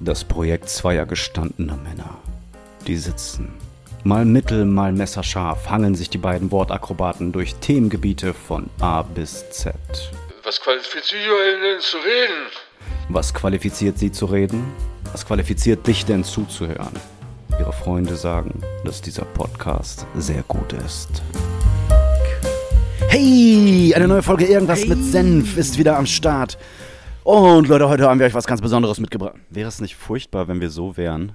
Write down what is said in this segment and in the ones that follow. das Projekt zweier gestandener Männer. Die sitzen. Mal mittel, mal messerscharf hangeln sich die beiden Wortakrobaten durch Themengebiete von A bis Z. Was qualifiziert euch denn zu reden? Was qualifiziert sie zu reden? Was qualifiziert dich denn zuzuhören? Ihre Freunde sagen, dass dieser Podcast sehr gut ist. Hey, eine neue Folge Irgendwas mit Senf ist wieder am Start. Und Leute, heute haben wir euch was ganz Besonderes mitgebracht. Wäre es nicht furchtbar, wenn wir so wären?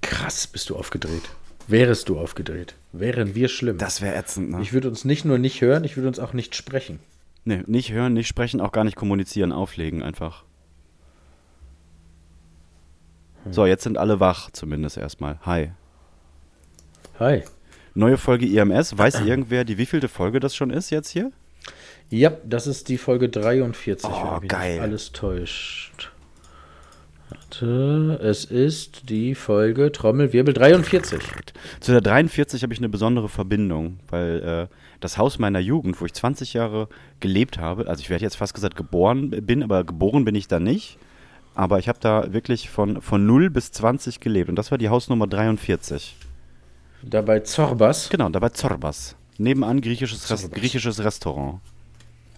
Krass, bist du aufgedreht. Wärest du aufgedreht. Wären wir schlimm. Das wäre ätzend, ne? Ich würde uns nicht nur nicht hören, ich würde uns auch nicht sprechen. Nee, nicht hören, nicht sprechen, auch gar nicht kommunizieren, auflegen einfach. So, jetzt sind alle wach, zumindest erstmal. Hi. Hi. Neue Folge IMS. Weiß irgendwer, die wievielte Folge das schon ist jetzt hier? Ja, das ist die Folge 43. Oh, wenn mich geil. nicht Alles täuscht. Warte, es ist die Folge Trommelwirbel 43. Zu der 43 habe ich eine besondere Verbindung, weil äh, das Haus meiner Jugend, wo ich 20 Jahre gelebt habe, also ich werde jetzt fast gesagt geboren äh, bin, aber geboren bin ich da nicht. Aber ich habe da wirklich von, von 0 bis 20 gelebt und das war die Hausnummer 43. Dabei Zorbas. Genau, da war Zorbas. Nebenan griechisches, Res Zorbas. griechisches Restaurant.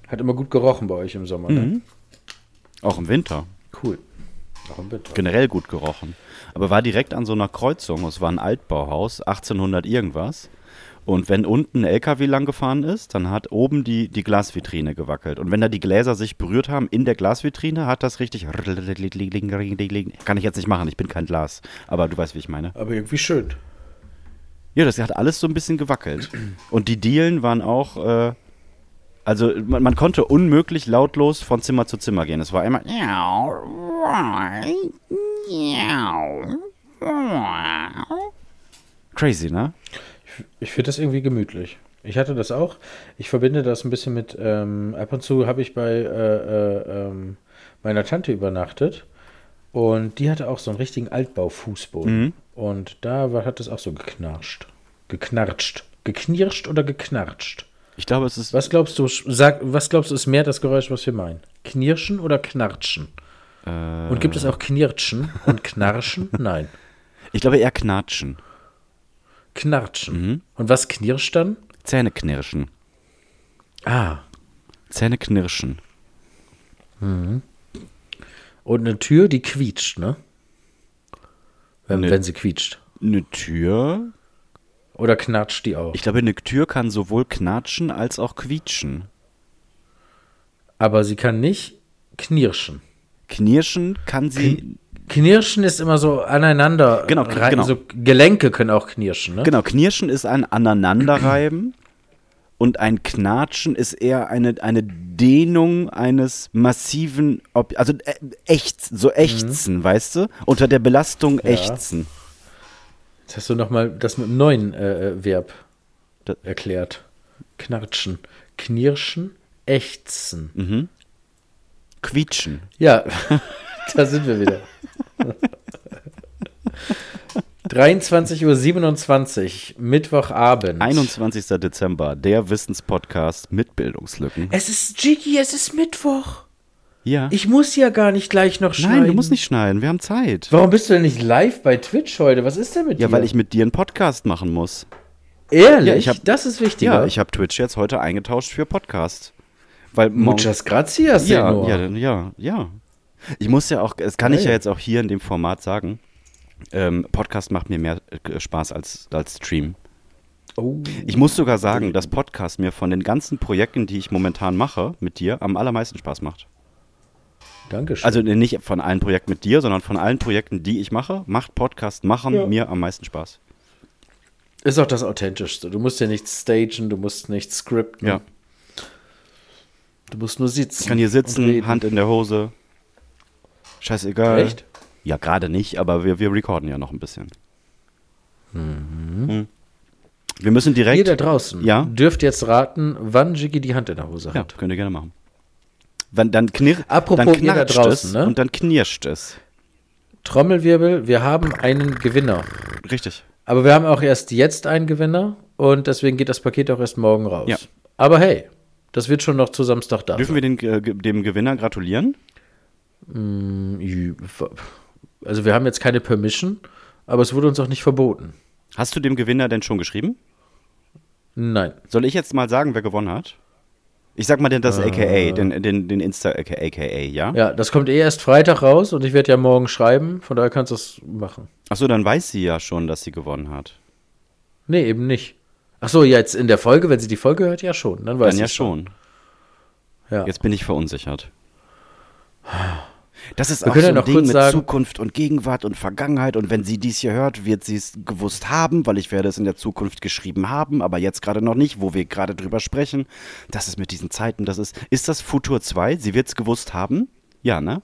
Hat immer gut gerochen bei euch im Sommer, Mhm. ne? Auch im Winter. Cool. Warum bitte? generell gut gerochen. Aber war direkt an so einer Kreuzung. Es war ein Altbauhaus, 1800 irgendwas. Und wenn unten ein LKW lang gefahren ist, dann hat oben die, die Glasvitrine gewackelt. Und wenn da die Gläser sich berührt haben in der Glasvitrine, hat das richtig. Kann ich jetzt nicht machen, ich bin kein Glas. Aber du weißt, wie ich meine. Aber irgendwie schön. Ja, das hat alles so ein bisschen gewackelt. Und die Dielen waren auch. Äh, also man, man konnte unmöglich lautlos von Zimmer zu Zimmer gehen. Es war immer. Crazy, ne? Ich finde das irgendwie gemütlich. Ich hatte das auch. Ich verbinde das ein bisschen mit, ähm, ab und zu habe ich bei äh, äh, ähm, meiner Tante übernachtet und die hatte auch so einen richtigen Altbau-Fußboden. Und da war, hat es auch so geknarscht. Geknartscht. Geknirscht oder geknartscht? Ich glaube, es ist. Was glaubst du, sch- sag, was glaubst du, ist mehr das Geräusch, was wir meinen? Knirschen oder knartschen? Und gibt es auch Knirtschen und Knarschen? Nein. Ich glaube eher knatschen. Knartschen. Und was knirscht dann? Zähne knirschen. Ah, Zähne knirschen. Und eine Tür, die quietscht, ne? Wenn, Nee. wenn sie quietscht. Eine Tür? Oder knatscht die auch. Ich glaube, eine Tür kann sowohl knatschen als auch quietschen. Aber sie kann nicht knirschen. Knirschen kann sie. Knirschen ist immer so aneinander. äh, Genau, rein, genau. So Gelenke können auch knirschen, ne? Genau, Knirschen ist ein Aneinanderreiben und ein Knatschen ist eher eine, eine Dehnung eines massiven, Ob also äh, ächz, so ächzen, Mhm. weißt du? Unter der Belastung ächzen. Jetzt hast du nochmal das mit dem neuen äh, äh, Verb Da- erklärt. Knatschen. Knirschen, ächzen. Mhm. Quietschen. Ja, da sind wir wieder. 23.27 Uhr, Mittwochabend. 21. Dezember, der Wissenspodcast mit Bildungslücken. Es ist Jiggy, es ist Mittwoch. Ja. Ich muss ja gar nicht gleich noch schneiden. Nein, du musst nicht schneiden, wir haben Zeit. Warum bist du denn nicht live bei Twitch heute? Was ist denn mit Ja, dir? weil ich mit dir einen Podcast machen muss. Ehrlich, Ja, ich hab- das ist wichtig. Ja, ich habe Twitch jetzt heute eingetauscht für Podcast. Weil morgen- Muchas gracias, Ja, Senor. ja, dann- ja, ja. Ich muss ja auch, das kann ich Geil. ja jetzt auch hier in dem Format sagen. Ähm, Podcast macht mir mehr äh, Spaß als, als Stream. Oh. Ich muss sogar sagen, dass Podcast mir von den ganzen Projekten, die ich momentan mache mit dir, am allermeisten Spaß macht. Dankeschön. Also nee, nicht von allen Projekten mit dir, sondern von allen Projekten, die ich mache, macht Podcast machen Ja. mir am meisten Spaß. ist auch das Authentischste. Du musst ja nichts stagen, du musst nichts scripten. Ja. Du musst nur sitzen. Ich kann hier und sitzen, reden. Hand in der Hose. Scheißegal. Echt? Ja, gerade nicht, aber wir, wir recorden ja noch ein bisschen. Mhm. Hm. Wir müssen direkt. Ihr da draußen Ja. dürft jetzt raten, wann Jiggy die Hand in der Hose Ja, hat. könnt ihr gerne machen. Wenn, dann, knir Apropos dann ihr da knatscht draußen, es ne? und dann knirscht es. Trommelwirbel, wir haben einen Gewinner. Richtig. Aber wir haben auch erst jetzt einen Gewinner und deswegen geht das Paket auch erst morgen raus. Ja. Aber hey, das wird schon noch zu Samstag da. Dürfen wir den, äh, ge- dem Gewinner gratulieren? sein. Also wir haben jetzt keine Permission, aber es wurde uns auch nicht verboten. Hast du dem Gewinner denn schon geschrieben? Nein. Soll ich jetzt mal sagen, wer gewonnen hat? Ich sag mal den, das AKA, den, den, den Insta-AKA, ja? Äh. Ja, das kommt eh erst Freitag raus und ich werde ja morgen schreiben, von daher kannst du es machen. Achso, dann weiß sie ja schon, dass sie gewonnen hat. Nee, eben nicht. Ach so, ja, jetzt in der Folge, wenn sie die Folge hört, ja schon, dann weiß Dann ja ich schon. Ja. Jetzt bin ich verunsichert. Das ist Wir auch können so ja ein noch Ding kurz mit sagen- Zukunft und Gegenwart und Vergangenheit. Und wenn sie dies hier hört, wird sie es gewusst haben, weil ich werde es in der Zukunft geschrieben haben, aber jetzt gerade noch nicht, wo wir gerade drüber sprechen. Das ist mit diesen Zeiten, das ist. Ist das Futur 2? Sie wird es gewusst haben? Ja, ne?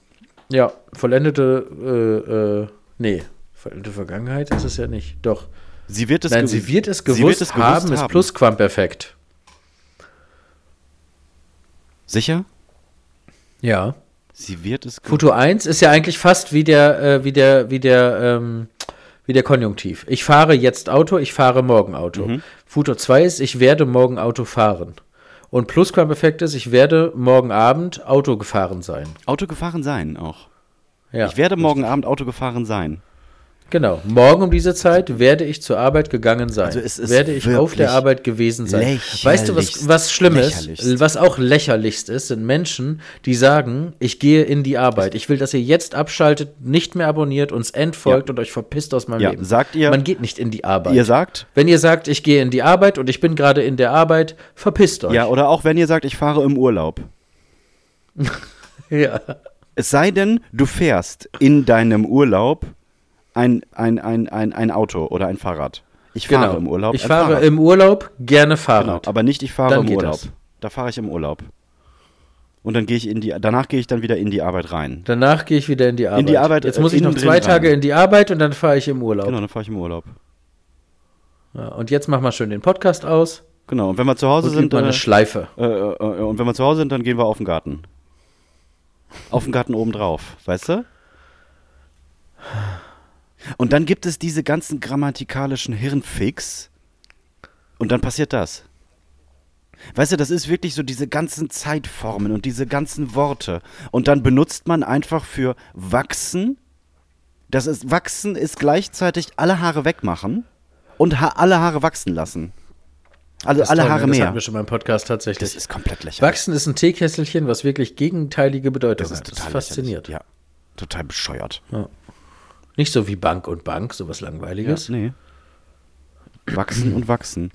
Ja, vollendete, äh, äh, nee, vollendete Vergangenheit ist es ja nicht. Doch. Sie wird es Nein, gew- sie wird es gewusst, haben, ist Plusquamperfekt. Sicher? Ja. Sie wird es gewusst. Futur 1 ist ja eigentlich fast wie der, äh, wie der, wie der, ähm, wie der Konjunktiv. Ich fahre jetzt Auto, ich fahre morgen Auto. Mhm. Futur 2 ist, ich werde morgen Auto fahren. Und Plusquamperfekt ist, ich werde morgen Abend Auto gefahren sein. Auto gefahren sein auch. Ja. Ich werde morgen Abend Auto gefahren sein. Genau. Morgen um diese Zeit werde ich zur Arbeit gegangen sein. Also es ist werde ich auf wirklich der Arbeit gewesen sein. lächerlichst. Weißt du, was, was schlimm Lächerlichst. ist? Was auch lächerlichst ist, sind Menschen, die sagen, ich gehe in die Arbeit. Ich will, dass ihr jetzt abschaltet, nicht mehr abonniert, uns entfolgt und euch verpisst aus meinem Ja, Leben. sagt ihr- Man geht nicht in die Arbeit. Ihr sagt, wenn ihr sagt, ich gehe in die Arbeit und ich bin gerade in der Arbeit, verpisst euch. ja, oder auch wenn ihr sagt, ich fahre im Urlaub. ja. Es sei denn, du fährst in deinem Urlaub ein, ein, ein, ein, ein Auto oder ein Fahrrad. Ich fahre Genau. im Urlaub. ich ein fahre Fahrrad. im Urlaub gerne Genau, Fahrrad. aber nicht ich fahre Dann im geht Urlaub. das. Da fahre ich im Urlaub. Und dann gehe ich in die, danach gehe ich dann wieder in die Arbeit rein. Danach gehe ich wieder in die Arbeit. die Arbeit, Jetzt äh, muss ich noch innen zwei drin Tage rein. in die Arbeit und dann fahre ich im Urlaub. Genau, dann fahre ich im Urlaub. Ja, und jetzt mach mal schön den Podcast aus Genau, und wenn wir zu Hause und sind, üb mal äh, eine Schleife. äh, äh, und wenn wir zu Hause sind, dann gehen wir auf den Garten. Auf den Garten obendrauf, weißt du? Und dann gibt es diese ganzen grammatikalischen Hirnfix und dann passiert das. Weißt du, das ist wirklich so diese ganzen Zeitformen und diese ganzen Worte. Und dann benutzt man einfach für wachsen. Das ist wachsen ist gleichzeitig alle Haare wegmachen und ha alle Haare wachsen lassen. Also Das alle toll, ne? Haare das mehr. hatten wir schon beim Podcast tatsächlich. Das ist komplett lächerlich. Wachsen ist ein Teekesselchen, was wirklich gegenteilige Bedeutung das ist hat. total das fasziniert. lächerlich. Ja, total bescheuert. Nicht so wie Bank und Bank, sowas Langweiliges. Nee. Wachsen und wachsen.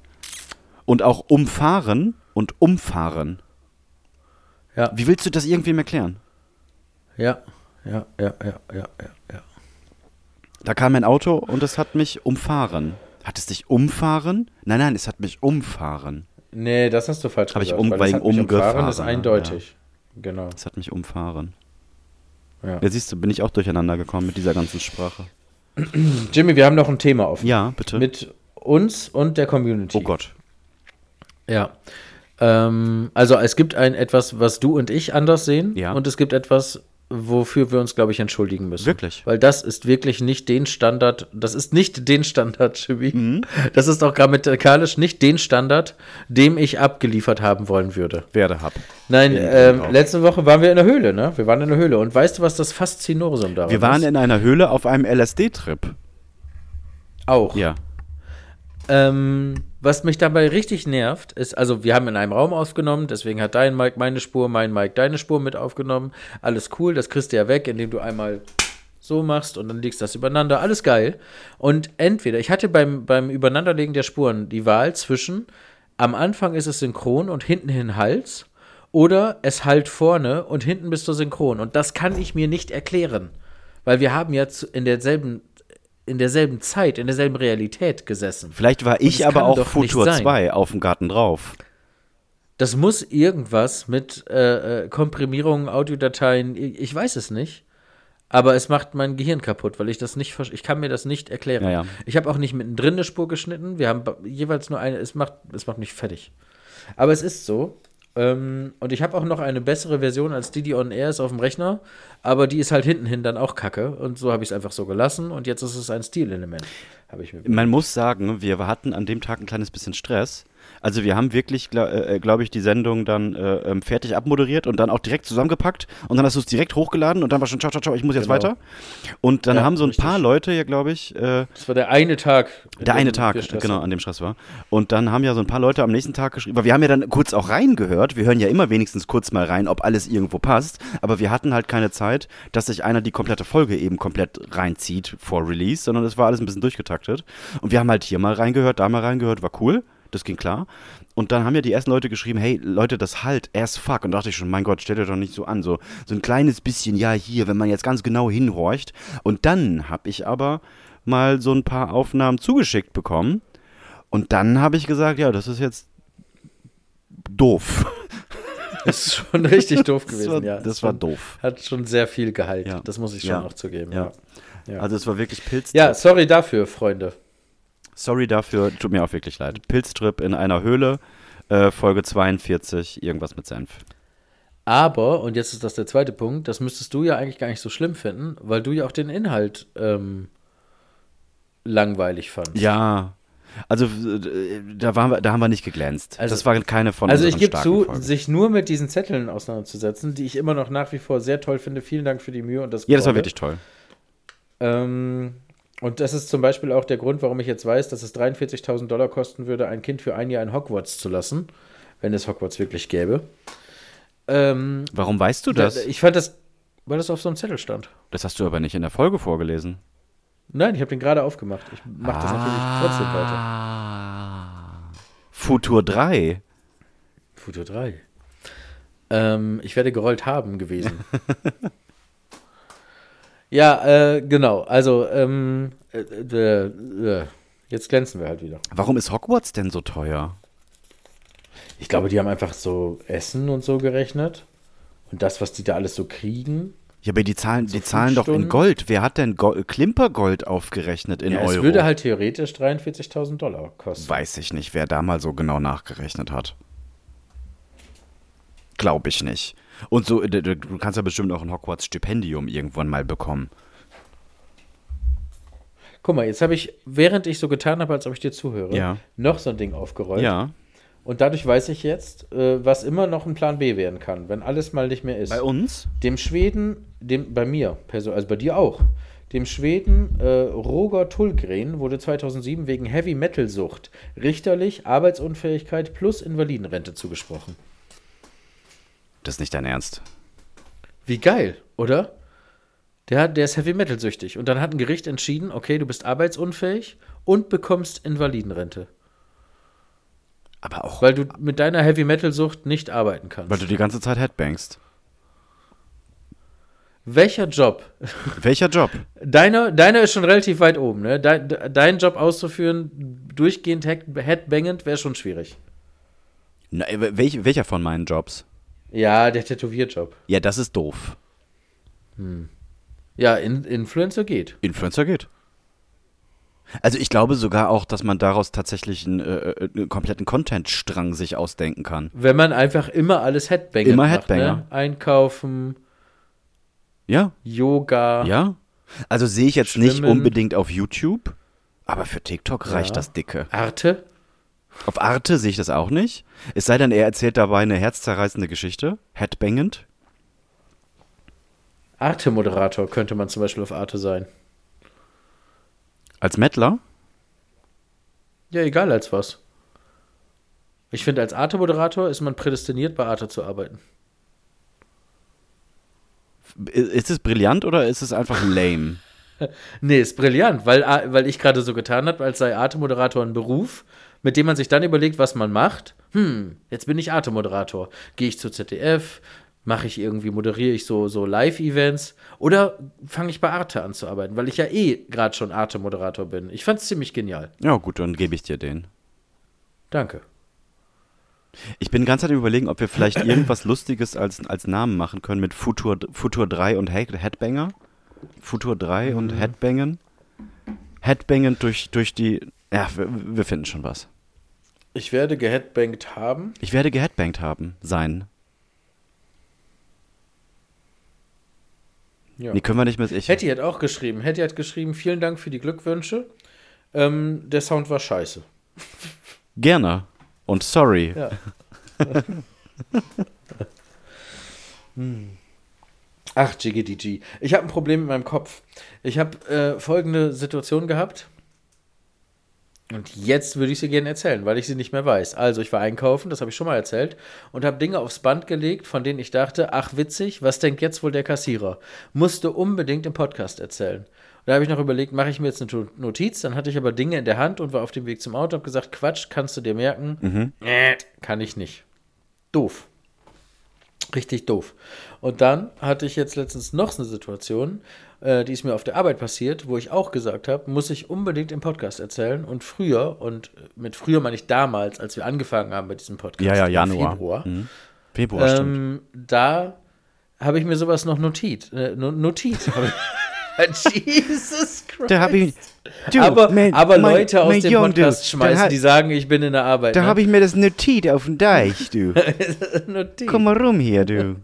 Und auch umfahren und umfahren. Ja, Wie willst du das irgendwem erklären? ja, ja, ja, ja, ja, ja. ja. Da kam ein Auto und es hat mich umfahren. Hat es dich umfahren? Nein, nein, es hat mich umfahren. Nee, das hast du falsch Hab ich gesagt. um- weil wegen das hat mich umgefahren, umfahren ist ne? eindeutig. Genau. Es hat mich umfahren. Ja. Ja, siehst du, bin ich auch durcheinander gekommen mit dieser ganzen Sprache. Jimmy, wir haben noch ein Thema offen. Ja, bitte. Mit uns und der Community. oh Gott. Ja. Ähm, also es gibt ein etwas, was du und ich anders sehen, Ja. und es gibt etwas, wofür wir uns, glaube ich, entschuldigen müssen. Wirklich? Weil das ist wirklich nicht den Standard, das ist nicht den Standard, Jimmy. Mhm. Das ist auch grammatikalisch nicht den Standard, dem ich abgeliefert haben wollen würde. Werde hab. Nein, Ja, ähm, genau. letzte Woche waren wir in der Höhle, ne? Wir waren in der Höhle. Und weißt du, was das Faszinosum daran Wir waren ist? in einer Höhle auf einem LSD-Trip. Auch. Ja. Ähm, was mich dabei richtig nervt, ist, also wir haben in einem Raum aufgenommen, deswegen hat dein Mic meine Spur, mein Mic deine Spur mit aufgenommen. Alles cool, das kriegst du ja weg, indem du einmal so machst und dann legst das übereinander. Alles geil. Und entweder, ich hatte beim, beim Übereinanderlegen der Spuren die Wahl zwischen, am Anfang ist es synchron und hinten hin Hals oder es halt vorne und hinten bist du synchron. Und das kann ich mir nicht erklären, weil wir haben ja zu- in derselben in derselben Zeit, in derselben Realität gesessen. Vielleicht war ich es aber kann auch doch nicht Futur sein. 2 auf dem Garten drauf. Das muss irgendwas mit äh, äh, Komprimierung, Audiodateien, i- ich weiß es nicht. Aber es macht mein Gehirn kaputt, weil ich das nicht, versch- ich kann mir das nicht erklären. Ja, ja. Ich habe auch nicht mittendrin eine Spur geschnitten. Wir haben ba- jeweils nur eine. Es macht, es macht mich fertig. Aber es ist so. Ähm, und ich habe auch noch eine bessere Version als die, die on air ist auf dem Rechner. Aber die ist halt hinten hin dann auch kacke. Und so habe ich es einfach so gelassen. Und jetzt ist es ein Stilelement. Habe ich mir. Man muss sagen, wir hatten an dem Tag ein kleines bisschen Stress, Also wir haben wirklich, glaube äh, glaub ich, die Sendung dann äh, ähm, fertig abmoderiert und dann auch direkt zusammengepackt und dann hast du es direkt hochgeladen und dann war schon, ciao, ciao, ciao, ich muss jetzt Genau. weiter. Und dann Ja, haben so ein richtig. paar Leute ja, glaube ich, äh, Das war der eine Tag. in der eine dem Tag, wir Stress genau, hatten. an dem Stress war. Und dann haben ja so ein paar Leute am nächsten Tag geschrieben, weil wir haben ja dann kurz auch reingehört. Wir hören ja immer wenigstens kurz mal rein, ob alles irgendwo passt. Aber wir hatten halt keine Zeit, dass sich einer die komplette Folge eben komplett reinzieht vor Release, sondern es war alles ein bisschen durchgetaktet. Und wir haben halt hier mal reingehört, da mal reingehört, war cool. Das ging klar. Und dann haben ja die ersten Leute geschrieben, hey Leute, das halt as fuck. Und dachte ich schon, mein Gott, stellt euch doch nicht so an. So, so ein kleines bisschen, ja, hier, wenn man jetzt ganz genau hinhorcht. Und dann habe ich aber mal so ein paar Aufnahmen zugeschickt bekommen. Und dann habe ich gesagt, ja, das ist jetzt doof. Das ist schon richtig doof gewesen, das war, ja. Das war doof. Hat schon sehr viel Gehalt. Ja. Das muss ich schon Ja. auch zugeben. Ja. Ja. Ja. Also es war wirklich Pilztrip. ja, sorry dafür, Freunde. Sorry dafür, tut mir auch wirklich leid. Pilztrip in einer Höhle, äh, Folge 42, irgendwas mit Senf. Aber, und jetzt ist das der zweite Punkt, das müsstest du ja eigentlich gar nicht so schlimm finden, weil du ja auch den Inhalt ähm, langweilig fandst. Ja. Also äh, da, waren wir, da haben wir nicht geglänzt. Also- das war keine von Also ich unseren gebe starken zu, Folgen. sich nur mit diesen Zetteln auseinanderzusetzen, die ich immer noch nach wie vor sehr toll finde. Vielen Dank für die Mühe und das Ja, das war Gefreute. wirklich toll. Ähm, und das ist zum Beispiel auch der Grund, warum ich jetzt weiß, dass es 43.000 Dollar kosten würde, ein Kind für ein Jahr in Hogwarts zu lassen, wenn es Hogwarts wirklich gäbe. Ähm, Warum weißt du da- das? Ich fand das, weil das auf so einem Zettel stand. Das hast du aber nicht in der Folge vorgelesen. Nein, ich habe den gerade aufgemacht. Ich mache das natürlich trotzdem weiter. Futur 3. Foto 3. Ähm, ich werde gerollt haben gewesen. ja, äh, genau. Also, ähm, äh, äh, äh, jetzt glänzen wir halt wieder. Warum ist Hogwarts denn so teuer? Ich glaube, die haben einfach so Essen und so gerechnet. Und das, was die da alles so kriegen. Ja, aber die zahlen, die zahlen doch in Stunden? Gold. Wer hat denn Go Klimpergold aufgerechnet in Ja, Euro? es würde halt theoretisch 43.000 Dollar kosten. Weiß ich nicht, wer da mal so genau nachgerechnet hat. Glaube ich nicht. Und so, d- d- du kannst ja bestimmt auch ein Hogwarts-Stipendium irgendwann mal bekommen. Guck mal, jetzt habe ich, während ich so getan habe, als ob ich dir zuhöre, Ja. noch so ein Ding aufgerollt. Ja. Und dadurch weiß ich jetzt, äh, was immer noch ein Plan B werden kann, wenn alles mal nicht mehr ist. Bei uns? dem Schweden, dem, bei mir, perso- also bei dir auch, dem Schweden äh, Roger Tullgren wurde 2007 wegen Heavy-Metal-Sucht richterlich Arbeitsunfähigkeit plus Invalidenrente zugesprochen. Das ist nicht dein Ernst. Wie geil, oder? Der, hat- der ist Heavy Metal süchtig. Und dann hat ein Gericht entschieden, okay, du bist arbeitsunfähig und bekommst Invalidenrente. Aber auch, Weil du mit deiner Heavy Metal Sucht nicht arbeiten weil kannst. du die ganze Zeit headbangst. Welcher Job? Welcher Job? Deiner, deiner ist schon relativ weit oben, ne? Dein, de- deinen Job auszuführen, durchgehend head- headbangend, wäre schon schwierig. Na, welch, welcher von meinen Jobs? Ja, der Tätowierjob. Ja, das ist doof. Ja, in, Influencer geht. Influencer geht. Also ich glaube sogar auch, dass man daraus tatsächlich einen, äh, äh, einen kompletten Contentstrang sich ausdenken kann. Wenn man einfach immer alles headbangend Immer macht. Headbanger. Ne? Einkaufen, Ja, Yoga. ja. Also sehe ich jetzt nicht Schwimmen. unbedingt auf YouTube, aber für TikTok reicht Ja. das dicke. Arte? Auf Arte sehe ich das auch nicht. Es sei denn, er erzählt dabei eine herzzerreißende Geschichte, headbangend. Arte-Moderator könnte man zum Beispiel auf Arte sein. Als Mettler? Ja, egal als was. Ich finde, als Arte-Moderator ist man prädestiniert, bei Arte zu arbeiten. Ist es brillant oder ist es einfach lame? Nee, ist brillant, weil, A- weil ich gerade so getan habe, als sei Arte-Moderator ein Beruf, mit dem man sich dann überlegt, was man macht. Hm, jetzt bin ich Arte-Moderator. Gehe ich zu ZDF? Mache ich irgendwie, moderiere ich so, so Live-Events? Oder fange ich bei Arte an zu arbeiten, weil ich ja eh gerade schon Arte-Moderator bin. Ich fand es ziemlich genial. Ja gut, dann gebe ich dir den. Danke. Ich bin die ganze Zeit am überlegen, ob wir vielleicht irgendwas Lustiges als, als Namen machen können mit Futur, Futur 3 und Head- Headbanger. Futur 3 Mhm. und Headbangen. Headbangen durch, durch die. Ja, wir, wir finden schon was. Ich werde geheadbankt haben. Ich werde geheadbangt haben, sein. Ja. Nee, können wir nicht mehr. Ich, Hetty hat auch geschrieben. Hetty hat geschrieben, vielen Dank für die Glückwünsche. Ähm, der Sound war scheiße. gerne. Und sorry. Ja. Hm. Ach, GGDG. Ich habe ein Problem mit meinem Kopf. Ich habe äh, folgende Situation gehabt. Und jetzt würde ich sie gerne erzählen, weil ich sie nicht mehr weiß. Also, ich war einkaufen, das habe ich schon mal erzählt, und habe Dinge aufs Band gelegt, von denen ich dachte, ach witzig, was denkt jetzt wohl der Kassierer? Musste unbedingt im Podcast erzählen. Und da habe ich noch überlegt, mache ich mir jetzt eine Notiz? Dann hatte ich aber Dinge in der Hand und war auf dem Weg zum Auto, habe gesagt, Quatsch, kannst du dir merken? Äh, Kann ich nicht. Doof. Richtig doof. Und dann hatte ich jetzt letztens noch eine Situation, äh, die ist mir auf der Arbeit passiert, wo ich auch gesagt habe, muss ich unbedingt im Podcast erzählen. Und früher, und mit früher meine ich damals, als wir angefangen haben mit diesem Podcast, Ja, ja, im Januar. Februar, Mhm. Februar, stimmt. ähm, da habe ich mir sowas noch notiert. Äh, no- notiert. Jesus Christ. Da habe ich. Du, aber, mein- aber mein- Leute aus mein dem Junge, du, Podcast da schmeißen, hat- die sagen, ich bin in der Arbeit. Ne? Da habe ich mir das notiert auf dem Deich, du. ich notiert. Komm mal rum hier, du.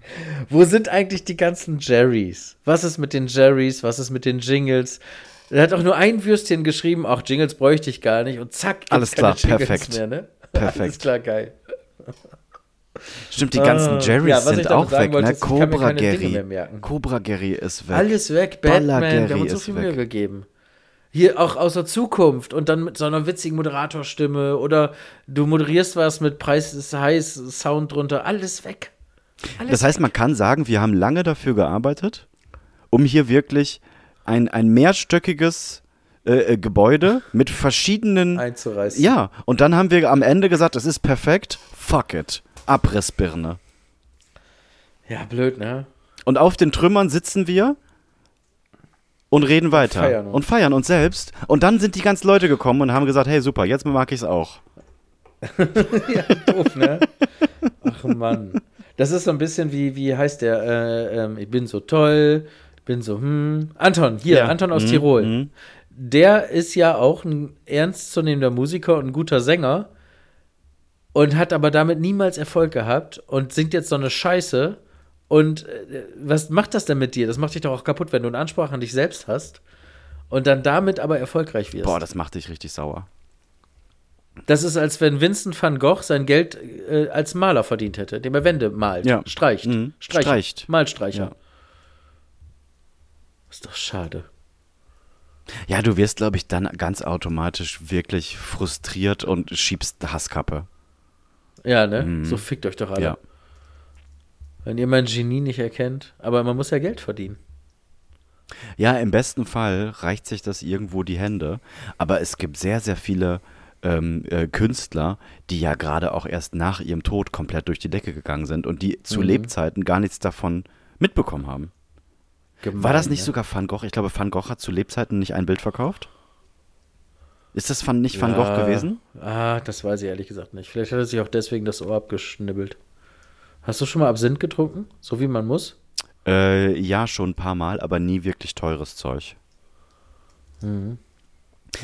Wo sind eigentlich die ganzen Jerrys? Was ist mit den Jerrys? Was ist mit den Jingles? Er hat auch nur ein Würstchen geschrieben, auch Jingles bräuchte ich gar nicht. Und zack, gibt's Alles keine klar, Jingles perfekt. Mehr, ne? Perfekt. Alles klar, geil. Stimmt, die ganzen Ah. Jerrys Ja, was ich sind damit auch sagen weg, wollte, ne? ist, ich kann mir Cobra keine Dinge Gary. mehr merken. Cobra Gary ist weg. Alles weg, Baller Batman, wir haben Gary uns so ist viel weg. Mühe gegeben. Hier auch aus der Zukunft und dann mit so einer witzigen Moderatorstimme oder du moderierst was mit Preis ist heiß, Sound drunter, alles weg. Das heißt, man kann sagen, wir haben lange dafür gearbeitet, um hier wirklich ein, ein mehrstöckiges äh, äh, Gebäude mit verschiedenen. Einzureißen. ja, und dann haben wir am Ende gesagt, es ist perfekt, fuck it. Abrissbirne. Ja, blöd, ne? Und auf den Trümmern sitzen wir und reden weiter. feiern uns. und feiern uns selbst. Und dann sind die ganzen Leute gekommen und haben gesagt, hey super, jetzt mag ich es auch. Ja, doof, ne? Ach Mann. Das ist so ein bisschen wie, wie heißt der? Äh, ähm, ich bin so toll, ich bin so, hm. Anton, hier, Ja. Mhm. Anton aus Tirol. Der ist ja auch ein ernstzunehmender Musiker und ein guter Sänger und hat aber damit niemals Erfolg gehabt und singt jetzt so eine Scheiße. Und äh, was macht das denn mit dir? Das macht dich doch auch kaputt, wenn du einen Anspruch an dich selbst hast und dann damit aber erfolgreich wirst. Boah, das macht dich richtig sauer. Das ist, als wenn Vincent van Gogh sein Geld äh, als Maler verdient hätte, indem er Wände malt, Ja. streicht, Mhm. streicht, Streicht. Malstreicher. Ja. Ist doch schade. Ja, du wirst, glaube ich, dann ganz automatisch wirklich frustriert und schiebst Hasskappe. Ja, ne? So fickt euch doch alle. Mhm. Ja. Wenn ihr mein Genie nicht erkennt, aber man muss ja Geld verdienen. Ja, im besten Fall reicht sich das irgendwo die Hände. Aber es gibt sehr, sehr viele ähm, äh, Künstler, die ja gerade auch erst nach ihrem Tod komplett durch die Decke gegangen sind und die zu Lebzeiten gar nichts davon mitbekommen haben. War das nicht so? sogar Van Gogh? Ich glaube, Van Gogh hat zu Lebzeiten nicht ein Bild verkauft. Ist das Van, nicht Van Gogh Ja. gewesen? Ah, das weiß ich ehrlich gesagt nicht. Vielleicht hat er sich auch deswegen das Ohr abgeschnibbelt. Hast du schon mal Absinth getrunken? So wie man muss? Äh, ja, schon ein paar Mal, aber nie wirklich teures Zeug. Mhm.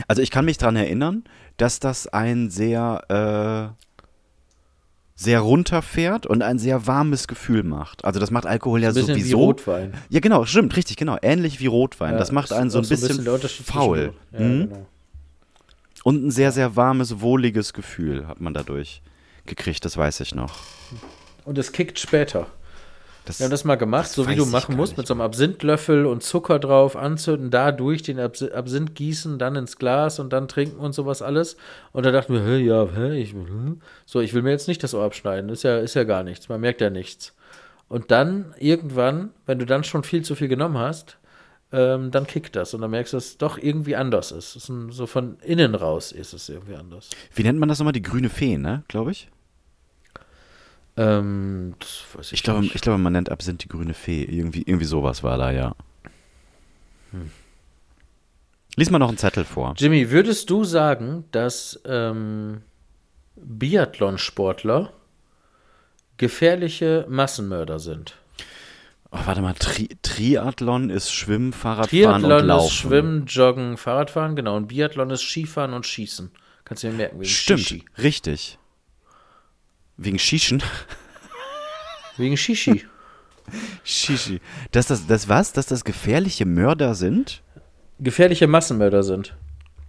Also ich kann mich daran erinnern, dass das ein sehr, äh, sehr runterfährt und ein sehr warmes Gefühl macht. Also das macht Alkohol ja Ein bisschen sowieso. wie Rotwein. Ja, genau, stimmt, richtig, genau. Ähnlich wie Rotwein. das Ja, macht einen ist so auch ein bisschen, der Unterschied zwischen faul. Rot- Ja, Mhm. genau. Und ein sehr, sehr warmes, wohliges Gefühl hat man dadurch gekriegt, das weiß ich noch. Und es kickt später. Das, Wir haben das mal gemacht, so wie weiß du ich machen gar musst, nicht mit so einem Absinthlöffel und Zucker drauf anzünden, da durch den Abs- Absinth gießen, dann ins Glas und dann trinken und sowas alles. Und da dachten wir, hä, ja, hä, ich, hm. so, ich will mir jetzt nicht das Ohr abschneiden, ist ja, ist ja gar nichts, man merkt ja nichts. Und dann irgendwann, wenn du dann schon viel zu viel genommen hast, ähm, dann kickt das und dann merkst du, dass es doch irgendwie anders ist. Es ist ein, so von innen raus ist es irgendwie anders. wie nennt man das nochmal? Die grüne Fee, ne? Glaube ich. Ähm, das weiß ich, Ich glaube, ich glaube, man nennt Absinth die grüne Fee. Irgendwie, irgendwie sowas war da, ja. Hm. Lies mal noch einen Zettel vor. Jimmy, würdest du sagen, dass ähm, Biathlonsportler gefährliche Massenmörder sind? Oh, warte mal, Tri Triathlon ist Schwimmen, Fahrradfahren und Triathlon Laufen. ist Schwimmen, Joggen, Fahrradfahren, genau. Und Biathlon ist Skifahren und Schießen. Kannst du dir merken, wegen Stimmt, Shishi. richtig. Wegen Shischen? Wegen Shishi. Shishi. Dass das, das was? Dass das gefährliche Mörder sind? gefährliche Massenmörder sind.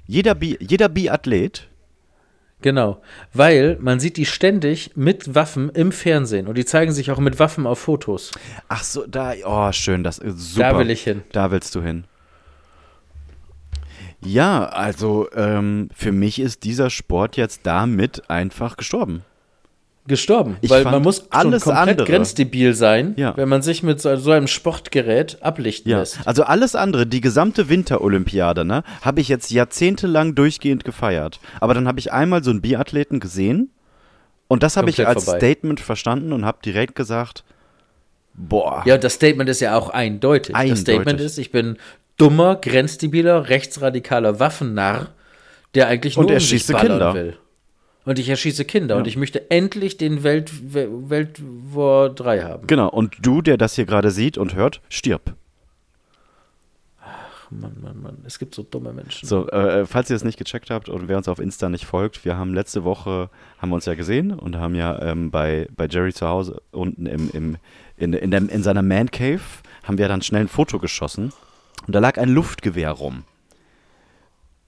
Jeder, Bi jeder Biathlet Genau, weil man sieht die ständig mit Waffen im Fernsehen und die zeigen sich auch mit Waffen auf Fotos. Ach so, da, oh, schön, das ist super. will ich hin. Da willst du hin. Ja, also ähm, für mich ist dieser Sport jetzt damit einfach gestorben. Gestorben, Ich weil fand man muss alles schon komplett andere- grenzdebil sein, Ja. wenn man sich mit so, so einem Sportgerät ablichten Ja. lässt. Also alles andere, die gesamte Winterolympiade, ne, habe ich jetzt jahrzehntelang durchgehend gefeiert. Aber dann habe ich einmal so einen Biathleten gesehen und das habe ich Komplett als vorbei. Statement verstanden und habe direkt gesagt, boah, Ja, das Statement ist ja auch eindeutig. Das Eindeutig. Statement ist, ich bin dummer, grenzdebiler, rechtsradikaler Waffennarr, der eigentlich nur Und um erschieße sich ballern Kinder. will. Und ich erschieße Kinder und ich möchte endlich den Welt, Wel- Welt War 3 haben. genau. Und du, der das hier gerade sieht und hört, stirb. Mann, Mann, Mann, es gibt so dumme Menschen. So, äh, falls ihr es nicht gecheckt habt und wer uns auf Insta nicht folgt, wir haben letzte Woche, haben wir uns ja gesehen und haben ja ähm, bei, bei Jerry zu Hause unten im, im, in, in, dem, in seiner Man Cave, haben wir dann schnell ein Foto geschossen und da lag ein Luftgewehr rum.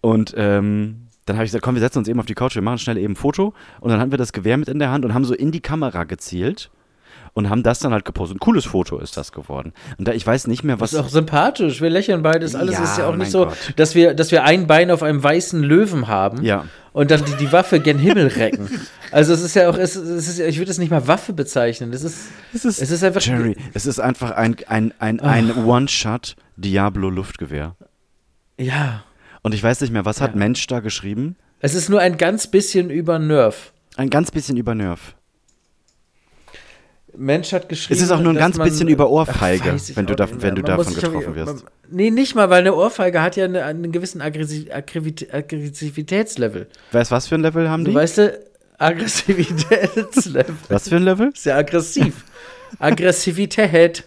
Und ähm, dann habe ich gesagt, komm, wir setzen uns eben auf die Couch, wir machen schnell eben ein Foto und dann hatten wir das Gewehr mit in der Hand und haben so in die Kamera gezielt und haben das dann halt gepostet. Ein cooles Foto ist das geworden. Und da, ich weiß nicht mehr, was... Ist auch sympathisch. Wir lächeln beides. Alles Ja, ist ja auch mein nicht so, Gott. dass wir, dass wir ein Bein auf einem weißen Löwen haben Ja. und dann die, die Waffe gen Himmel recken. Also es ist ja auch, es, es ist, ja- ich würde es nicht mal Waffe bezeichnen. Es ist, es ist, einfach Ah. Jerry, es ist einfach ein, ein, ein, ein One-Shot Diablo-Luftgewehr. Ja, Und ich weiß nicht mehr, was hat Mensch da geschrieben? es ist nur ein ganz bisschen über Nerf. Ein ganz bisschen über Nerf. Mensch hat geschrieben. Es ist auch nur ein dass ganz man- bisschen über Ohrfeige, weiß ich wenn du, auch da, nicht wenn du mehr. Man muss davon sich auch- getroffen wirst. man- Nee, nicht mal, weil eine Ohrfeige hat ja eine, einen gewissen Aggressiv Aggrivit- Aggressivitätslevel. Weißt du, was für ein Level haben Du die? weißt du, Aggressivitätslevel. Was für ein Level? Sehr aggressiv. Aggressivität.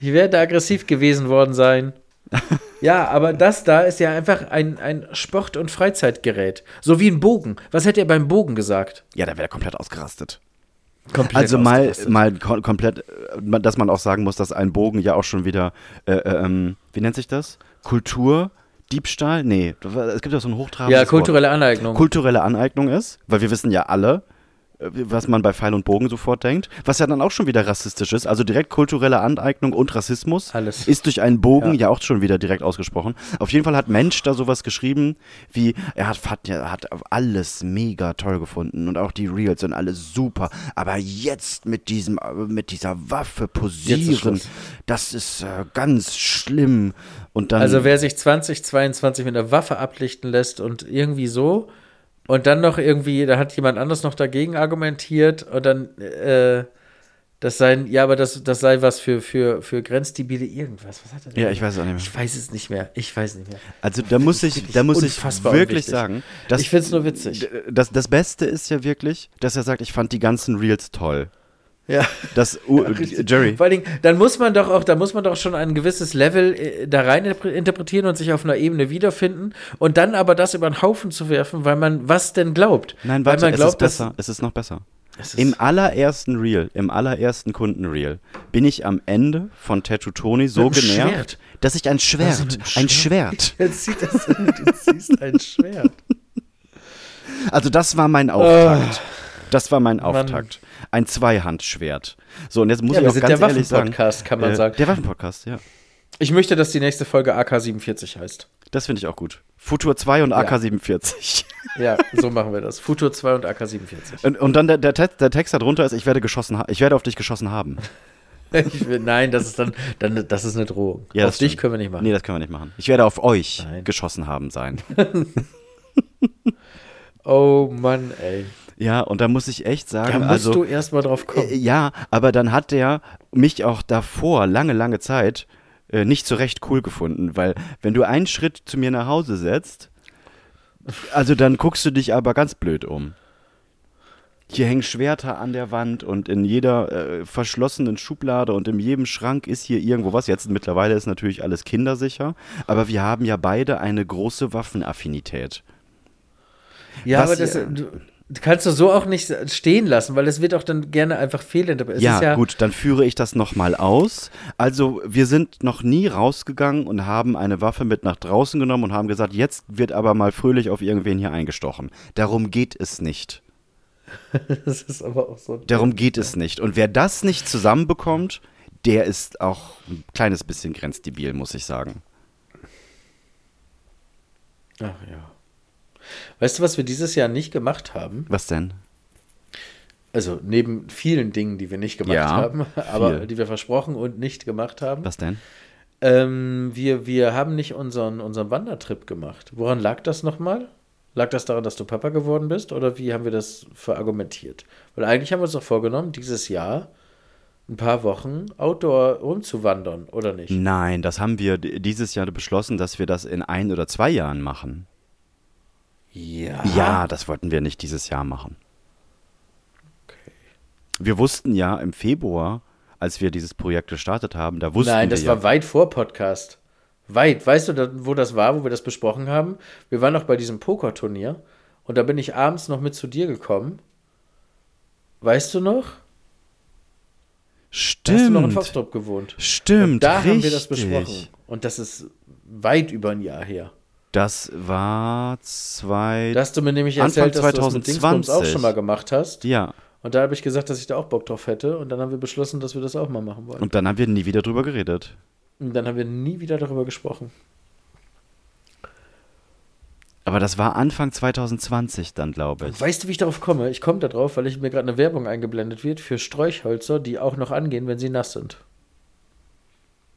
Ich werde aggressiv gewesen worden sein. Ja, aber das da ist ja einfach ein, ein Sport- und Freizeitgerät. So wie ein Bogen. Was hätte er beim Bogen gesagt? Ja, da wäre er komplett ausgerastet. Komplett Also mal, ausgerastet. mal kom komplett, äh, man- dass man auch sagen muss, dass ein Bogen ja auch schon wieder, äh, äh, ähm, wie nennt sich das? Kultur, Diebstahl? Nee, es gibt ja so ein hochtrabendes Ja, Wort. kulturelle Aneignung. kulturelle Aneignung ist, weil wir wissen ja alle, äh, was man bei Pfeil und Bogen sofort denkt, was ja dann auch schon wieder rassistisch ist. Also direkt kulturelle Aneignung und Rassismus Alles. ist durch einen Bogen ja. auch schon wieder direkt ausgesprochen. Auf jeden Fall hat Mensch da sowas geschrieben, wie er hat, hat, ja- hat alles mega toll gefunden und auch die Reels sind alles super, aber jetzt mit diesem mit dieser Waffe posieren, Schluss. das ist äh, ganz schlimm und dann also wer sich 2022 mit einer Waffe ablichten lässt und irgendwie so und dann noch irgendwie, da hat jemand anders noch dagegen argumentiert und dann äh, das sein, ja, aber das, das sei was für, für, für Grenzdebile irgendwas. Was hat er denn ja, ich weiß auch nicht mehr. Ich weiß es nicht mehr. Ich weiß nicht mehr. Also da muss ich, da muss ich unfassbar wirklich unwichtig. sagen, dass ich finde es nur witzig. D- Das, das Beste ist ja wirklich, dass er sagt, ich fand die ganzen Reels toll. Ja. Das, uh, Jerry, Vor allen Dingen, dann muss man doch auch, da muss man doch schon ein gewisses Level äh, da rein interpre- interpretieren und sich auf einer Ebene wiederfinden und dann aber das über den Haufen zu werfen, weil man was denn glaubt. nein, warte, weil man es ist glaubt, dass- besser, es ist noch besser. Es ist- Im allerersten Reel, im allerersten Kundenreel, bin ich am Ende von Tattoo Tony so Mit einem genervt, Schwert. dass ich ein Schwert, mit einem ein Schwert. Schwert. Jetzt sieht das, du siehst ein Schwert. Also das war mein Auftakt. Ah. Das war mein Auftakt. Ein Zweihandschwert. So, und jetzt muss Ja, ich wir auch sind ganz der ehrlich sagen. äh, Waffenpodcast, kann man sagen. Der Waffenpodcast, ja. Ich möchte, dass die nächste Folge AK47 heißt. Das finde ich auch gut. Futur 2 und AK-47. Ja, so machen wir das. Futur 2 und AK47. Und, und dann der, der, Te- der Text darunter ist, ich werde geschossen, ha- ich werde auf dich geschossen haben. Ich will, nein, das ist dann, dann das ist eine Drohung. das auf dich stimmt. können wir nicht machen. Nee, das können wir nicht machen. Ich werde auf euch Nein. geschossen haben sein. Oh Mann, ey. ja, und da muss ich echt sagen, Da musst also du erst mal drauf kommen. äh, ja, aber dann hat der mich auch davor lange, lange Zeit äh, nicht so recht cool gefunden, weil wenn du einen Schritt zu mir nach Hause setzt, also dann guckst du dich aber ganz blöd um. Hier hängen Schwerter an der Wand und in jeder äh, verschlossenen Schublade und in jedem Schrank ist hier irgendwo was. Jetzt mittlerweile ist natürlich alles kindersicher, aber wir haben ja beide eine große Waffenaffinität. Ja, Was aber das, ihr- du, kannst du so auch nicht stehen lassen, weil es wird auch dann gerne einfach fehlinterpretiert. Es Ja, ist gut, dann führe ich das nochmal aus. Also, wir sind noch nie rausgegangen und haben eine Waffe mit nach draußen genommen und haben gesagt, jetzt wird aber mal fröhlich auf irgendwen hier eingestochen. Darum geht es nicht. Das ist aber auch so. Darum geht es nicht. Und wer das nicht zusammenbekommt, der ist auch ein kleines bisschen grenzdebil, muss ich sagen. Ach ja. Weißt du, was wir dieses Jahr nicht gemacht haben? Was denn? Also neben vielen Dingen, die wir nicht gemacht Ja, haben, aber viel. die wir versprochen und nicht gemacht haben. Was denn? Ähm, wir, wir haben nicht unseren, unseren Wandertrip gemacht. Woran lag das nochmal? Lag das daran, dass du Papa geworden bist? Oder wie haben wir das verargumentiert? Weil eigentlich haben wir uns doch vorgenommen, dieses Jahr ein paar Wochen Outdoor rumzuwandern, oder nicht? Nein, das haben wir d- dieses Jahr beschlossen, dass wir das in ein oder zwei Jahren machen. Ja. Ja, das wollten wir nicht dieses Jahr machen. Okay. Wir wussten ja im Februar, als wir dieses Projekt gestartet haben, da wussten Nein, wir das ja, war weit vor Podcast. Weit. Weißt du, da- wo das war, wo wir das besprochen haben? Wir waren noch bei diesem Pokerturnier und da bin ich abends noch mit zu dir gekommen. Weißt du noch? Da stimmt, Hast du noch in Foxtrop gewohnt? stimmt, Und da richtig. haben wir das besprochen. Und das ist weit über ein Jahr her. Das war zwei, Da hast du mir nämlich Anfang erzählt, dass du das mit Dingsbums 2020. auch schon mal gemacht hast. ja. Und da habe ich gesagt, dass ich da auch Bock drauf hätte. Und dann haben wir beschlossen, dass wir das auch mal machen wollen. Und dann haben wir nie wieder drüber geredet. Und dann haben wir nie wieder darüber gesprochen. Aber das war Anfang 2020 dann, glaube ich. Weißt du, wie ich darauf komme? Ich komme da drauf, weil ich mir gerade eine Werbung eingeblendet wird für Sträuchhölzer, die auch noch angehen, wenn sie nass sind.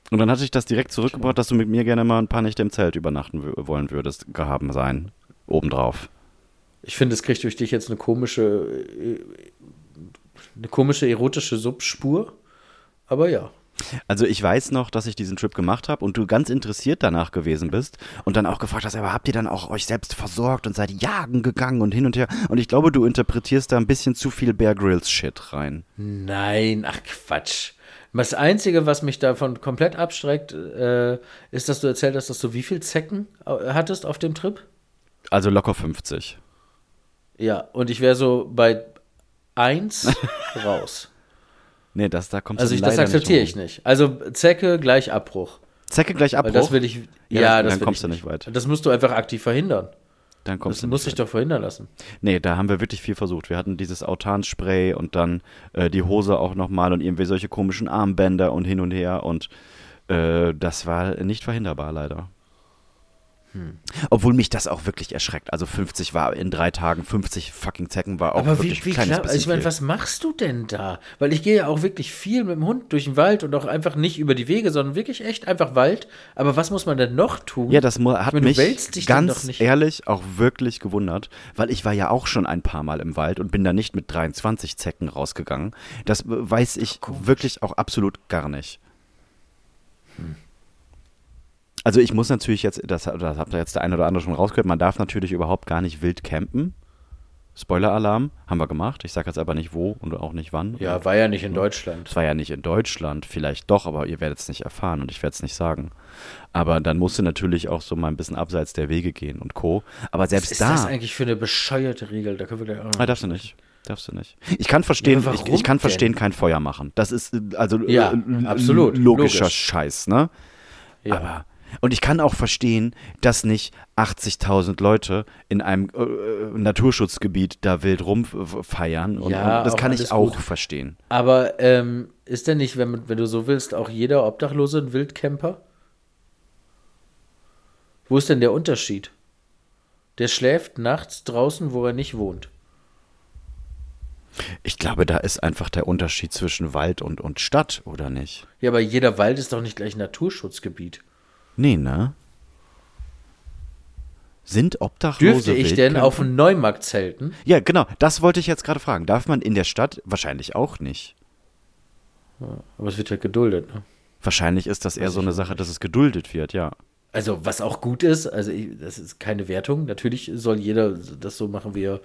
Und dann hatte ich das direkt zurückgebracht, dass du mit mir gerne mal ein paar Nächte im Zelt übernachten wü- wollen würdest, gehaben sein. Obendrauf. Ich finde, es kriegt durch dich jetzt eine komische, äh, eine komische erotische Subspur. Aber ja. Also ich weiß noch, dass ich diesen Trip gemacht habe und du ganz interessiert danach gewesen bist und dann auch gefragt hast, aber habt ihr dann auch euch selbst versorgt und seid jagen gegangen und hin und her? Und ich glaube, du interpretierst da ein bisschen zu viel Bear Grylls Shit rein. Nein, ach Quatsch. Das Einzige, was mich davon komplett abstreckt, äh, ist, dass du erzählt hast, dass du wie viel Zecken äh, hattest auf dem Trip? Also locker 50. Ja, und ich wäre so bei 1 raus. Nee, das da kommt Also ich, das akzeptiere ich nicht. Also Zecke gleich Abbruch. Zecke gleich ab. Weil das will ich. Ja, dann- das dann will kommst ich du nicht weit. Das musst du einfach aktiv verhindern. Dann kommst Das du muss ich nicht. doch verhindern lassen. Nee, da haben wir wirklich viel versucht. Wir hatten dieses Autanspray und dann äh, die Hose auch nochmal und irgendwie solche komischen Armbänder und hin und her und äh, das war nicht verhinderbar leider. Hm. Obwohl mich das auch wirklich erschreckt. Also 50 war in drei Tagen, 50 fucking Zecken war auch Aber wie, wirklich wie ein kleines klar, also bisschen ich meine, viel. was machst du denn da? Weil ich gehe ja auch wirklich viel mit dem Hund durch den Wald und auch einfach nicht über die Wege, sondern wirklich echt einfach Wald. Aber was muss man denn noch tun? Ja, das mu- hat meine, du mich wälzt dich dann doch ganz nicht. ehrlich auch wirklich gewundert, weil ich war ja auch schon ein paar Mal im Wald und bin da nicht mit 23 Zecken rausgegangen. Das weiß ich wirklich auch absolut gar nicht. Also ich muss natürlich jetzt, das, das habt ihr jetzt der eine oder andere schon rausgehört, man darf natürlich überhaupt gar nicht wild campen. Spoiler-Alarm, haben wir gemacht. Ich sage jetzt aber nicht wo und auch nicht wann. Ja, war ja nicht in Deutschland. Es war ja nicht in Deutschland, vielleicht doch, aber ihr werdet es nicht erfahren und ich werde es nicht sagen. Aber dann musste natürlich auch so mal ein bisschen abseits der Wege gehen und Co. Aber selbst Was ist da. das eigentlich für eine bescheuerte Regel? Da können wir gleich auch Ah, noch. darfst du nicht. Darfst du nicht. Ich kann verstehen, Ja, aber ich, warum ich kann denn? verstehen, kein Feuer machen. Das ist äh, also äh, Ja, l- absolut, logischer logisch. Scheiß, ne? Ja. Aber und ich kann auch verstehen, dass nicht 80.000 Leute in einem äh, äh, Naturschutzgebiet da wild rumfeiern. Und, Ja, und das auch kann alles ich auch gut. verstehen. Aber ähm, ist denn nicht, wenn, man- wenn du so willst, auch jeder Obdachlose ein Wildcamper? Wo ist denn der Unterschied? Der schläft nachts draußen, wo er nicht wohnt. Ich glaube, da ist einfach der Unterschied zwischen Wald und, und Stadt, oder nicht? Ja, aber jeder Wald ist doch nicht gleich Naturschutzgebiet. Nee, ne? Sind Obdachlose Dürfte ich denn Wildcamper? auf dem Neumarkt zelten? Ja, genau, das wollte ich jetzt gerade fragen. Darf man in der Stadt? Wahrscheinlich auch nicht. Aber es wird halt geduldet, ne? Wahrscheinlich ist das eher so eine Sache, dass es geduldet wird, ja. Also, was auch gut ist, also ich, das ist keine Wertung. Natürlich soll jeder das so machen, wie er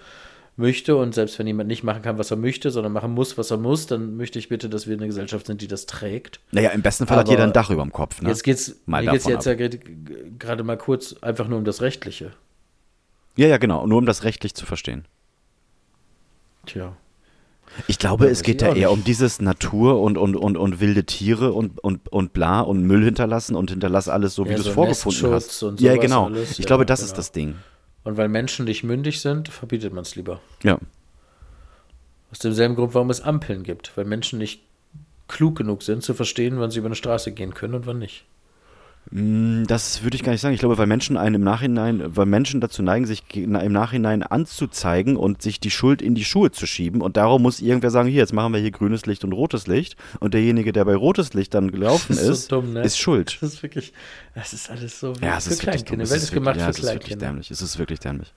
möchte. Und selbst wenn jemand nicht machen kann, was er möchte, sondern machen muss, was er muss, dann möchte ich bitte, dass wir eine Gesellschaft sind, die das trägt. Naja, im besten Fall hat Aber jeder ein Dach über dem Kopf, ne? Jetzt geht's, Mal mir geht's davon jetzt ja gerade- gerade mal kurz einfach nur um das Rechtliche. Ja, ja, genau, nur um das rechtlich zu verstehen. Tja. Ich glaube, es weiß geht ich da auch eher nicht. um dieses Natur und, und, und, und wilde Tiere und, und, und bla und Müll hinterlassen und hinterlass alles so, wie Ja, du es so vorgefunden Nestschutz hast. und ja, sowas genau. alles, ich ja, glaube, das ist genau. das Ding. Und weil Menschen nicht mündig sind, verbietet man es lieber. Ja. Aus demselben Grund, warum es Ampeln gibt. Weil Menschen nicht klug genug sind, zu verstehen, wann sie über eine Straße gehen können und wann nicht. Mm, Das würde ich gar nicht sagen. Ich glaube, weil Menschen einen im Nachhinein, weil Menschen dazu neigen, sich ge- im Nachhinein anzuzeigen und sich die Schuld in die Schuhe zu schieben. Und darum muss irgendwer sagen, hier, jetzt machen wir hier grünes Licht und rotes Licht. Und derjenige, der bei rotes Licht dann gelaufen Das ist, ist so ist, dumm, ne? schuld. Das ist wirklich, das ist alles so Ja, es ist wirklich dumm. Die Es Welt ist wirklich- gemacht ja, für es ist wirklich Kleinkinder. dämlich. Es ist wirklich dämlich.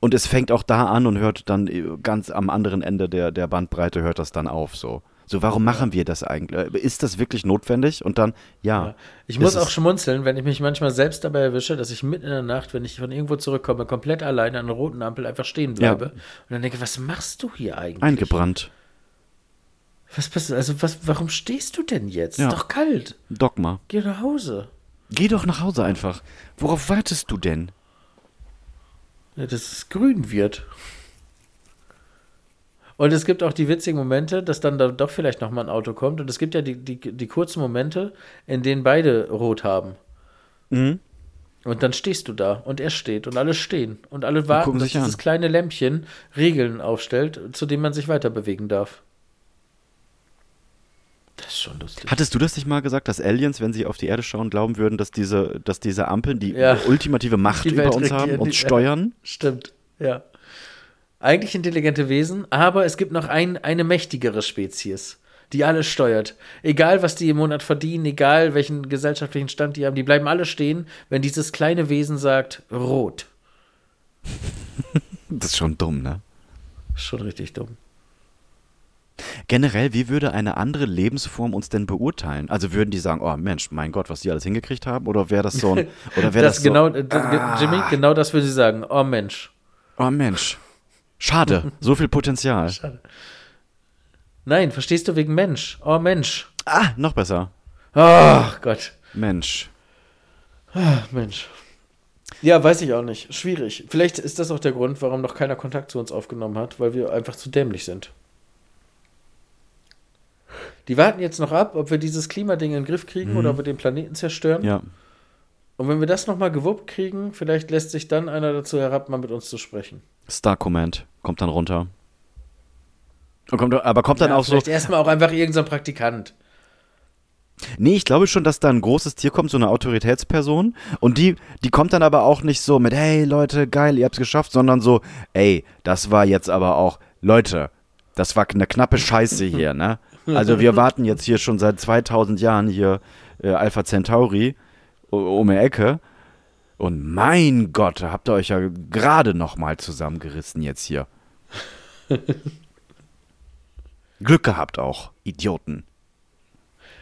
Und es fängt auch da an und hört dann äh, ganz am anderen Ende der, der Bandbreite hört das dann auf. So, so warum machen wir das eigentlich? Äh, Ist das wirklich notwendig? Und dann, ja. Ja. Ich muss es auch ist- schmunzeln, wenn ich mich manchmal selbst dabei erwische, dass ich mitten in der Nacht, wenn ich von irgendwo zurückkomme, komplett alleine an der roten Ampel einfach stehen bleibe. Und dann denke, was machst du hier eigentlich? Eingebrannt. Was bist du, also was, warum stehst du denn jetzt? Ja. Ist doch kalt. Dogma. Geh nach Hause. Geh doch nach Hause einfach. Worauf wartest du denn? Ja, dass es grün wird. Und es gibt auch die witzigen Momente, dass dann da doch vielleicht nochmal ein Auto kommt. Und es gibt ja die, die, die kurzen Momente, in denen beide rot haben. Mhm. Und dann stehst du da und er steht und alle stehen und alle warten, gucken dass sich an. dieses kleine Lämpchen Regeln aufstellt, zu denen man sich weiter bewegen darf. Das ist schon lustig. Hattest du das nicht mal gesagt, dass Aliens, wenn sie auf die Erde schauen, glauben würden, dass diese, dass diese Ampeln die Ja. ultimative Macht Die über Welt uns regieren, haben, uns die- steuern? Stimmt, ja. Eigentlich intelligente Wesen, aber es gibt noch ein, eine mächtigere Spezies, die alles steuert. Egal, was die im Monat verdienen, egal welchen gesellschaftlichen Stand die haben, die bleiben alle stehen, wenn dieses kleine Wesen sagt, rot. Das ist schon dumm, ne? Schon richtig dumm. Generell, wie würde eine andere Lebensform uns denn beurteilen? Also würden die sagen, oh Mensch, mein Gott, was die alles hingekriegt haben? Oder wäre das so ein, oder wäre das, das so, genau, äh, das- Jimmy, genau das würde sie sagen. Oh Mensch. oh Mensch, schade, so viel Potenzial. Nein, verstehst du wegen Mensch? Oh Mensch. Ah, noch besser, Ach Gott. Mensch. Mensch. Ja, weiß ich auch nicht. Schwierig. Vielleicht ist das auch der Grund, warum noch keiner Kontakt zu uns aufgenommen hat, weil wir einfach zu dämlich sind. Die warten jetzt noch ab, ob wir dieses Klimading in den Griff kriegen oder ob wir den Planeten zerstören. Mhm. Ja, Und wenn wir das nochmal gewuppt kriegen, vielleicht lässt sich dann einer dazu herab, mal mit uns zu sprechen. Star Command kommt dann runter. Und kommt, aber kommt dann ja, auch so, vielleicht erstmal auch einfach irgendein Praktikant. Nee, ich glaube schon, dass da ein großes Tier kommt, so eine Autoritätsperson. Und die, die kommt dann aber auch nicht so mit, hey Leute, geil, ihr habt's geschafft, sondern so, ey, das war jetzt aber auch, Leute, das war eine knappe Scheiße hier, ne? Also wir warten jetzt hier schon seit 2000 Jahren hier äh, Alpha Centauri o- um die Ecke. Und mein Gott, habt ihr euch ja gerade noch mal zusammengerissen jetzt hier. Glück gehabt auch, Idioten.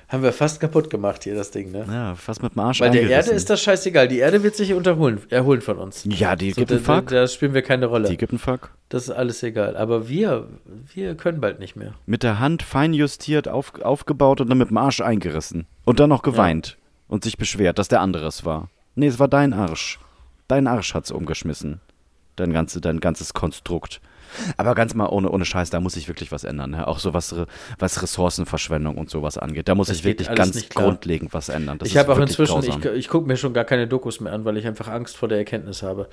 Haben wir fast kaputt gemacht hier, das Ding, ne? Ja, fast mit dem Arsch Weil der Erde eingerissen. ist das scheißegal. Die Erde wird sich hier unterholen, erholen von uns. Ja, die So, gibt da, einen da, Fuck. da spielen wir keine Rolle. Die gibt einen Fuck. Das ist alles egal. Aber wir, wir können bald nicht mehr. Mit der Hand fein justiert, auf, aufgebaut und dann mit dem Arsch eingerissen. Und dann noch geweint und sich beschwert, dass der andere es war. Nee, es war dein Arsch. Dein Arsch hat's umgeschmissen. Dein, ganze, dein ganzes Konstrukt. Aber ganz mal ohne, ohne Scheiß, da muss sich wirklich was ändern. Ne? Auch so was, Re- was Ressourcenverschwendung und sowas angeht. Da muss Das ich geht wirklich alles ganz nicht klar. grundlegend was ändern. Das ich ist habe auch wirklich inzwischen, grausam. ich, ich gucke mir schon gar keine Dokus mehr an, weil ich einfach Angst vor der Erkenntnis habe.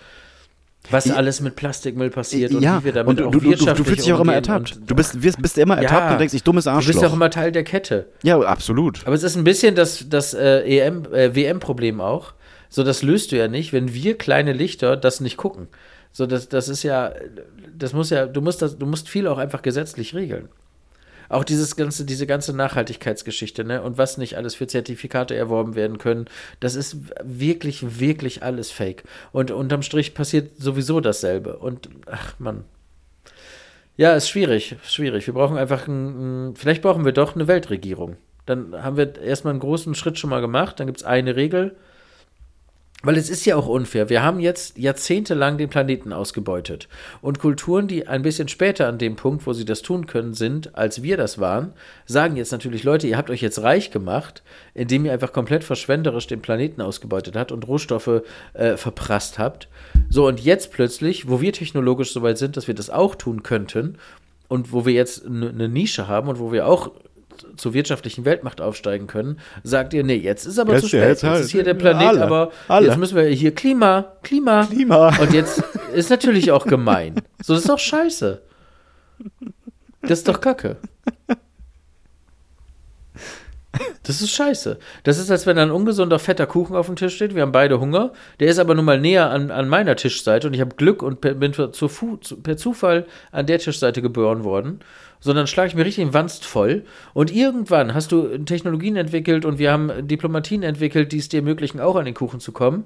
Was alles mit Plastikmüll passiert und ja, wie wir damit und auch du, du, du, du wirtschaftlich fühlst dich auch immer umgehen ertappt. und- Du bist, wirst, bist immer ertappt Ja. und denkst, ich dummes Du bist auch Arschloch. immer Teil der Kette. Ja, absolut. Aber es ist ein bisschen das, das äh, EM, äh, WM-Problem auch. So, das löst du ja nicht, wenn wir kleine Lichter das nicht gucken. So, das, das ist ja, das muss ja, du musst das, du musst viel auch einfach gesetzlich regeln. Auch dieses ganze, diese ganze Nachhaltigkeitsgeschichte, ne? Und was nicht alles für Zertifikate erworben werden können, das ist wirklich, wirklich alles fake. Und unterm Strich passiert sowieso dasselbe. Und ach Mann. Ja, ist schwierig, schwierig. Wir brauchen einfach ein, ein- vielleicht brauchen wir doch eine Weltregierung. Dann haben wir erstmal einen großen Schritt schon mal gemacht, dann gibt es eine Regel Weil es ist ja auch unfair. Wir haben jetzt jahrzehntelang den Planeten ausgebeutet. Und Kulturen, die ein bisschen später an dem Punkt, wo sie das tun können, sind, als wir das waren, sagen jetzt natürlich, Leute, ihr habt euch jetzt reich gemacht, indem ihr einfach komplett verschwenderisch den Planeten ausgebeutet habt und Rohstoffe äh, verprasst habt. So, und jetzt plötzlich, wo wir technologisch so weit sind, dass wir das auch tun könnten und wo wir jetzt eine ne Nische haben und wo wir auch zur wirtschaftlichen Weltmacht aufsteigen können, sagt ihr, nee, jetzt ist aber Jetzt zu ja, spät. jetzt Jetzt, halt. ist hier der Planet, Alle, aber alle. jetzt müssen wir hier Klima, Klima. Klima. Und jetzt ist natürlich auch gemein. So, das ist doch scheiße. Das ist doch Kacke. Das ist scheiße. Das ist, als wenn ein ungesunder, fetter Kuchen auf dem Tisch steht. Wir haben beide Hunger. Der ist aber nun mal näher an, an meiner Tischseite und ich habe Glück und per, bin per, zu, Fu- zu- per Zufall an der Tischseite geboren worden. Sondern schlage ich mir richtig den Wanst voll. Und irgendwann hast du Technologien entwickelt und wir haben Diplomatien entwickelt, die es dir ermöglichen, auch an den Kuchen zu kommen.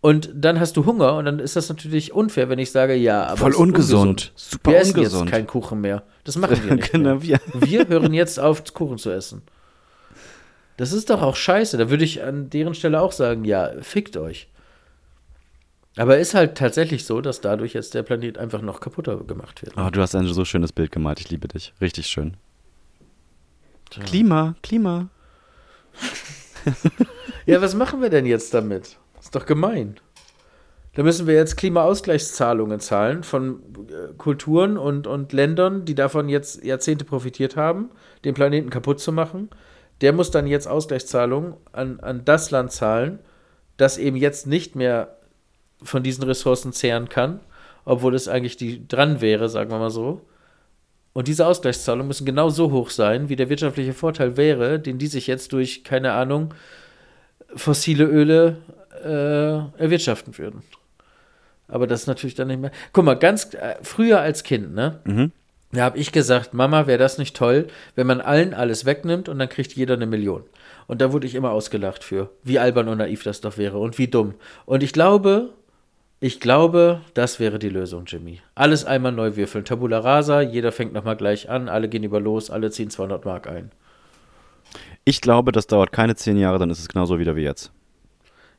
Und dann hast du Hunger und dann ist das natürlich unfair, wenn ich sage, ja, aber Voll es ist ungesund. Super wir essen ungesund. jetzt keinen Kuchen mehr. Das machen wir nicht. ne? Genau, mehr. wir- wir hören jetzt auf, Kuchen zu essen. Das ist doch auch scheiße. Da würde ich an deren Stelle auch sagen, ja, fickt euch. Aber ist halt tatsächlich so, dass dadurch jetzt der Planet einfach noch kaputter gemacht wird. Oh, du hast ein so schönes Bild gemalt. Ich liebe dich. Richtig schön. Klima, Klima. Ja, was machen wir denn jetzt damit? Ist doch gemein. Da müssen wir jetzt Klimaausgleichszahlungen zahlen von äh, Kulturen und, und Ländern, die davon jetzt Jahrzehnte profitiert haben, den Planeten kaputt zu machen. Der muss dann jetzt Ausgleichszahlungen an, an das Land zahlen, das eben jetzt nicht mehr von diesen Ressourcen zehren kann, obwohl es eigentlich die dran wäre, sagen wir mal so. Und diese Ausgleichszahlungen müssen genau so hoch sein, wie der wirtschaftliche Vorteil wäre, den die sich jetzt durch, keine Ahnung, fossile Öle äh, erwirtschaften würden. Aber das ist natürlich dann nicht mehr. Guck mal, ganz äh, früher als Kind, ne? Da habe ich gesagt, Mama, wäre das nicht toll, wenn man allen alles wegnimmt und dann kriegt jeder eine Million. Und da wurde ich immer ausgelacht für, wie albern und naiv das doch wäre und wie dumm. Und ich glaube, ich glaube, das wäre die Lösung, Jimmy. Alles einmal neu würfeln. Tabula rasa, jeder fängt nochmal gleich an, alle gehen über los, alle ziehen 200 Mark ein. Ich glaube, das dauert keine zehn Jahre, dann ist es genauso wieder wie jetzt.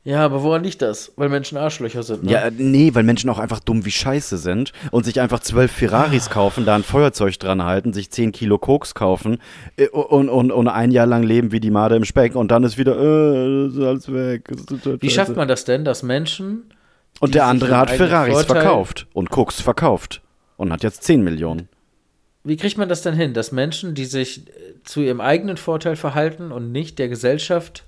Ja, aber woran liegt das? Weil Menschen Arschlöcher sind, ne? Ja, äh, nee, weil Menschen auch einfach dumm wie Scheiße sind und sich einfach zwölf Ferraris kaufen, da ein Feuerzeug dran halten, sich zehn Kilo Koks kaufen äh, und, und, und ein Jahr lang leben wie die Made im Speck und dann ist wieder, äh, das ist alles weg. das ist total Wie schafft scheiße. man das denn, dass Menschen. Also Und der die sich andere ihren hat eigenen Ferraris Vorteil- verkauft und Koks verkauft und hat jetzt 10 Millionen. Wie kriegt man das denn hin, dass Menschen, die sich äh, zu ihrem eigenen Vorteil verhalten und nicht der Gesellschaft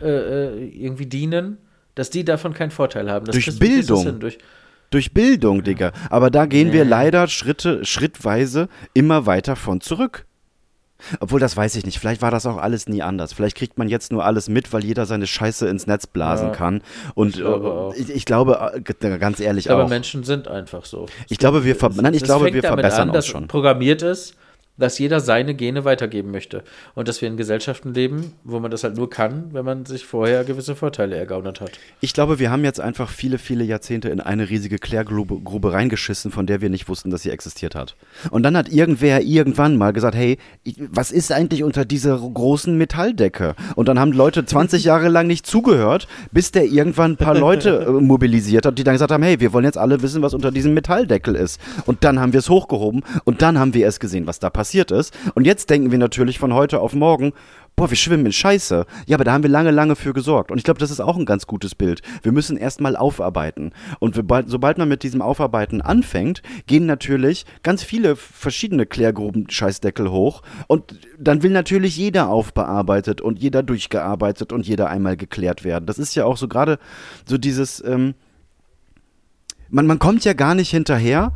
äh, äh, irgendwie dienen, dass die davon keinen Vorteil haben? Das Durch kriegst du- wie kriegst du das Bildung. hin? Durch, Durch Bildung, Digga. Aber da gehen wir leider Schritte, schrittweise immer weiter von zurück. Obwohl, das weiß ich nicht. Vielleicht war das auch alles nie anders. Vielleicht kriegt man jetzt nur alles mit, weil jeder seine Scheiße ins Netz blasen Ja, kann. Und ich glaube glaube, auch. ich, ich glaube äh, g- ganz ehrlich aber auch. Menschen sind einfach so. ich glaube, wir, ver Nein, ich Das glaube, fängt wir damit verbessern an, dass uns schon. programmiert ist, dass jeder seine Gene weitergeben möchte. Und dass wir in Gesellschaften leben, wo man das halt nur kann, wenn man sich vorher gewisse Vorteile ergaunert hat. Ich glaube, wir haben jetzt einfach viele, viele Jahrzehnte in eine riesige Klärgrube Grube reingeschissen, von der wir nicht wussten, dass sie existiert hat. Und dann hat irgendwer irgendwann mal gesagt, hey, ich- was ist eigentlich unter dieser großen Metalldecke? Und dann haben Leute 20 Jahre lang nicht zugehört, bis der irgendwann ein paar Leute äh, mobilisiert hat, die dann gesagt haben, hey, wir wollen jetzt alle wissen, was unter diesem Metalldeckel ist. Und dann haben wir es hochgehoben und dann haben wir erst gesehen, was da passiert ist. Und jetzt denken wir natürlich von heute auf morgen, boah, wir schwimmen in Scheiße. Ja, aber da haben wir lange, lange für gesorgt. Und ich glaube, das ist auch ein ganz gutes Bild. Wir müssen erstmal aufarbeiten. Und sobald, sobald man mit diesem Aufarbeiten anfängt, gehen natürlich ganz viele verschiedene Klärgruben-Scheißdeckel hoch. Und dann will natürlich jeder aufbearbeitet und jeder durchgearbeitet und jeder einmal geklärt werden. Das ist ja auch so gerade so dieses, ähm, man, man kommt ja gar nicht hinterher,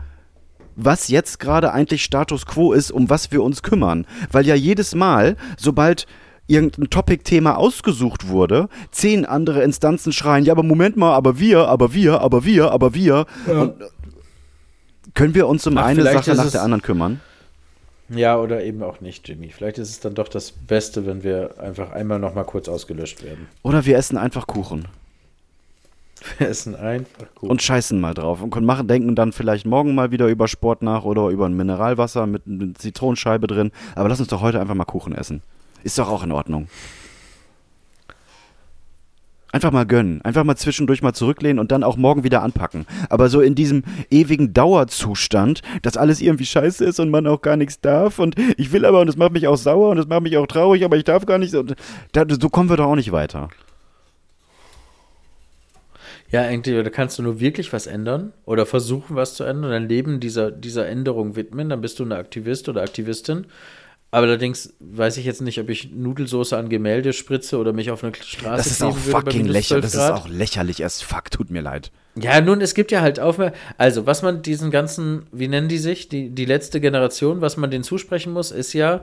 was jetzt gerade eigentlich Status quo ist, um was wir uns kümmern. Weil ja jedes Mal, sobald irgendein Topic-Thema ausgesucht wurde, zehn andere Instanzen schreien, ja, aber Moment mal, aber wir, aber wir, aber wir, aber wir. Und, äh, können wir uns um Ach, eine vielleicht Sache ist nach es- der anderen kümmern? Ja, oder eben auch nicht, Jimmy. Vielleicht ist es dann doch das Beste, wenn wir einfach einmal nochmal kurz ausgelöscht werden. Oder wir essen einfach Kuchen Wir essen einfach gut. und scheißen mal drauf und können machen, denken dann vielleicht morgen mal wieder über Sport nach oder über ein Mineralwasser mit einer Zitronenscheibe drin. Aber lass uns doch heute einfach mal Kuchen essen. Ist doch auch in Ordnung. Einfach mal gönnen. Einfach mal zwischendurch mal zurücklehnen und dann auch morgen wieder anpacken. Aber so in diesem ewigen Dauerzustand, dass alles irgendwie scheiße ist und man auch gar nichts darf und ich will aber und es macht mich auch sauer und es macht mich auch traurig, aber ich darf gar nicht. Und da, so kommen wir doch auch nicht weiter. Ja, eigentlich, da kannst du nur wirklich was ändern oder versuchen, was zu ändern, dein Leben dieser, dieser Änderung widmen, dann bist du eine Aktivist oder Aktivistin. Aber allerdings weiß ich jetzt nicht, ob ich Nudelsoße an Gemälde spritze oder mich auf eine Straße Das ist auch kleben würde bei fucking minus 12 lächerlich. Das ist Grad. auch lächerlich as fuck. Tut mir leid. Ja, nun, es gibt ja halt Aufmer Also, was man diesen ganzen, wie nennen die sich, die, die letzte Generation, was man denen zusprechen muss, ist ja,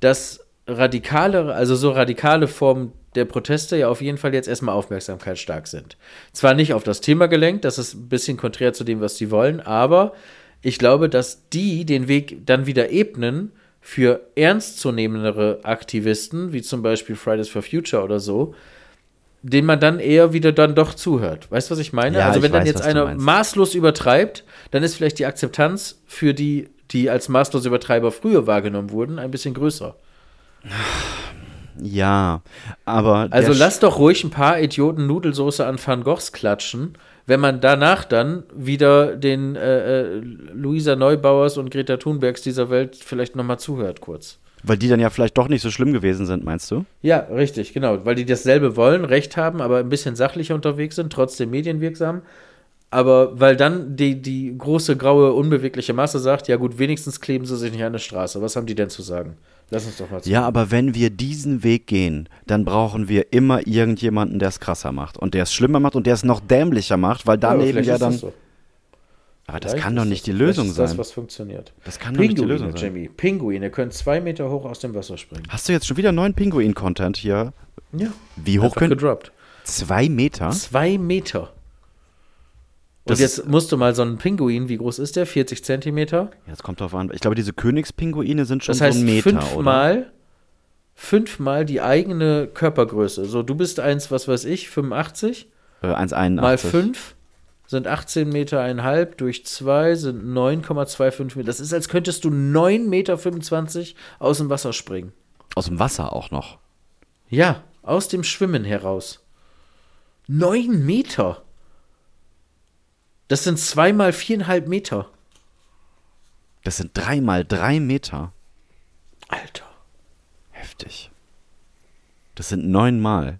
dass radikale, also so radikale Formen der Proteste ja auf jeden Fall jetzt erstmal aufmerksamkeitsstark sind. Zwar nicht auf das Thema gelenkt, das ist ein bisschen konträr zu dem, was die wollen, aber ich glaube, dass die den Weg dann wieder ebnen für ernstzunehmendere Aktivisten, wie zum Beispiel Fridays for Future oder so, dem man dann eher wieder dann doch zuhört. Weißt du, was ich meine? Ja, also ich wenn dann weiß, jetzt was du einer meinst. maßlos übertreibt, dann ist vielleicht die Akzeptanz für die, die als maßlose Übertreiber früher wahrgenommen wurden, ein bisschen größer. Ja, aber. Also der lass doch ruhig ein paar Idioten Nudelsoße an Van Goghs klatschen, wenn man danach dann wieder den äh, äh, Luisa Neubauers und Greta Thunbergs dieser Welt vielleicht nochmal zuhört kurz. Weil die dann ja vielleicht doch nicht so schlimm gewesen sind, meinst du? Ja, richtig, genau, weil die dasselbe wollen, Recht haben, aber ein bisschen sachlicher unterwegs sind, trotzdem medienwirksam. Aber weil dann die, die große, graue, unbewegliche Masse sagt, ja gut, wenigstens kleben sie sich nicht an der Straße. Was haben die denn zu sagen? Lass uns doch mal zu. Ja, aber wenn wir diesen Weg gehen, dann brauchen wir immer irgendjemanden, der es krasser macht und der es schlimmer macht und der es noch dämlicher macht, weil aber daneben vielleicht ja ist das dann. so. aber das Vielleicht kann ist doch das- nicht die vielleicht Lösung ist das, sein. was funktioniert. Das kann doch nicht die Pinguine, Lösung sein. Jimmy. Pinguine können zwei Meter hoch aus dem Wasser springen. Hast du jetzt schon wieder neuen Pinguin-Content hier? Ja. Wie hoch Einfach können. gedroppt. Zwei Meter? Zwei Meter. Und Das- jetzt musst du mal so einen Pinguin, wie groß ist der? 40 Zentimeter. Ja, das kommt drauf an. Ich glaube, diese Königspinguine sind schon Das heißt um so ein Meter, oder? fünfmal, fünfmal die eigene Körpergröße. So, du bist eins, was weiß ich, 85 Äh, 1,81. mal 5 sind 18 Meter einhalb durch 2 sind 9,25 Meter. Das ist, als könntest du 9,25 Meter aus dem Wasser springen. Aus dem Wasser auch noch. Ja, aus dem Schwimmen heraus. Neun Meter. Das sind zweimal viereinhalb Meter. Das sind dreimal drei Meter. Alter. Heftig. Das sind neunmal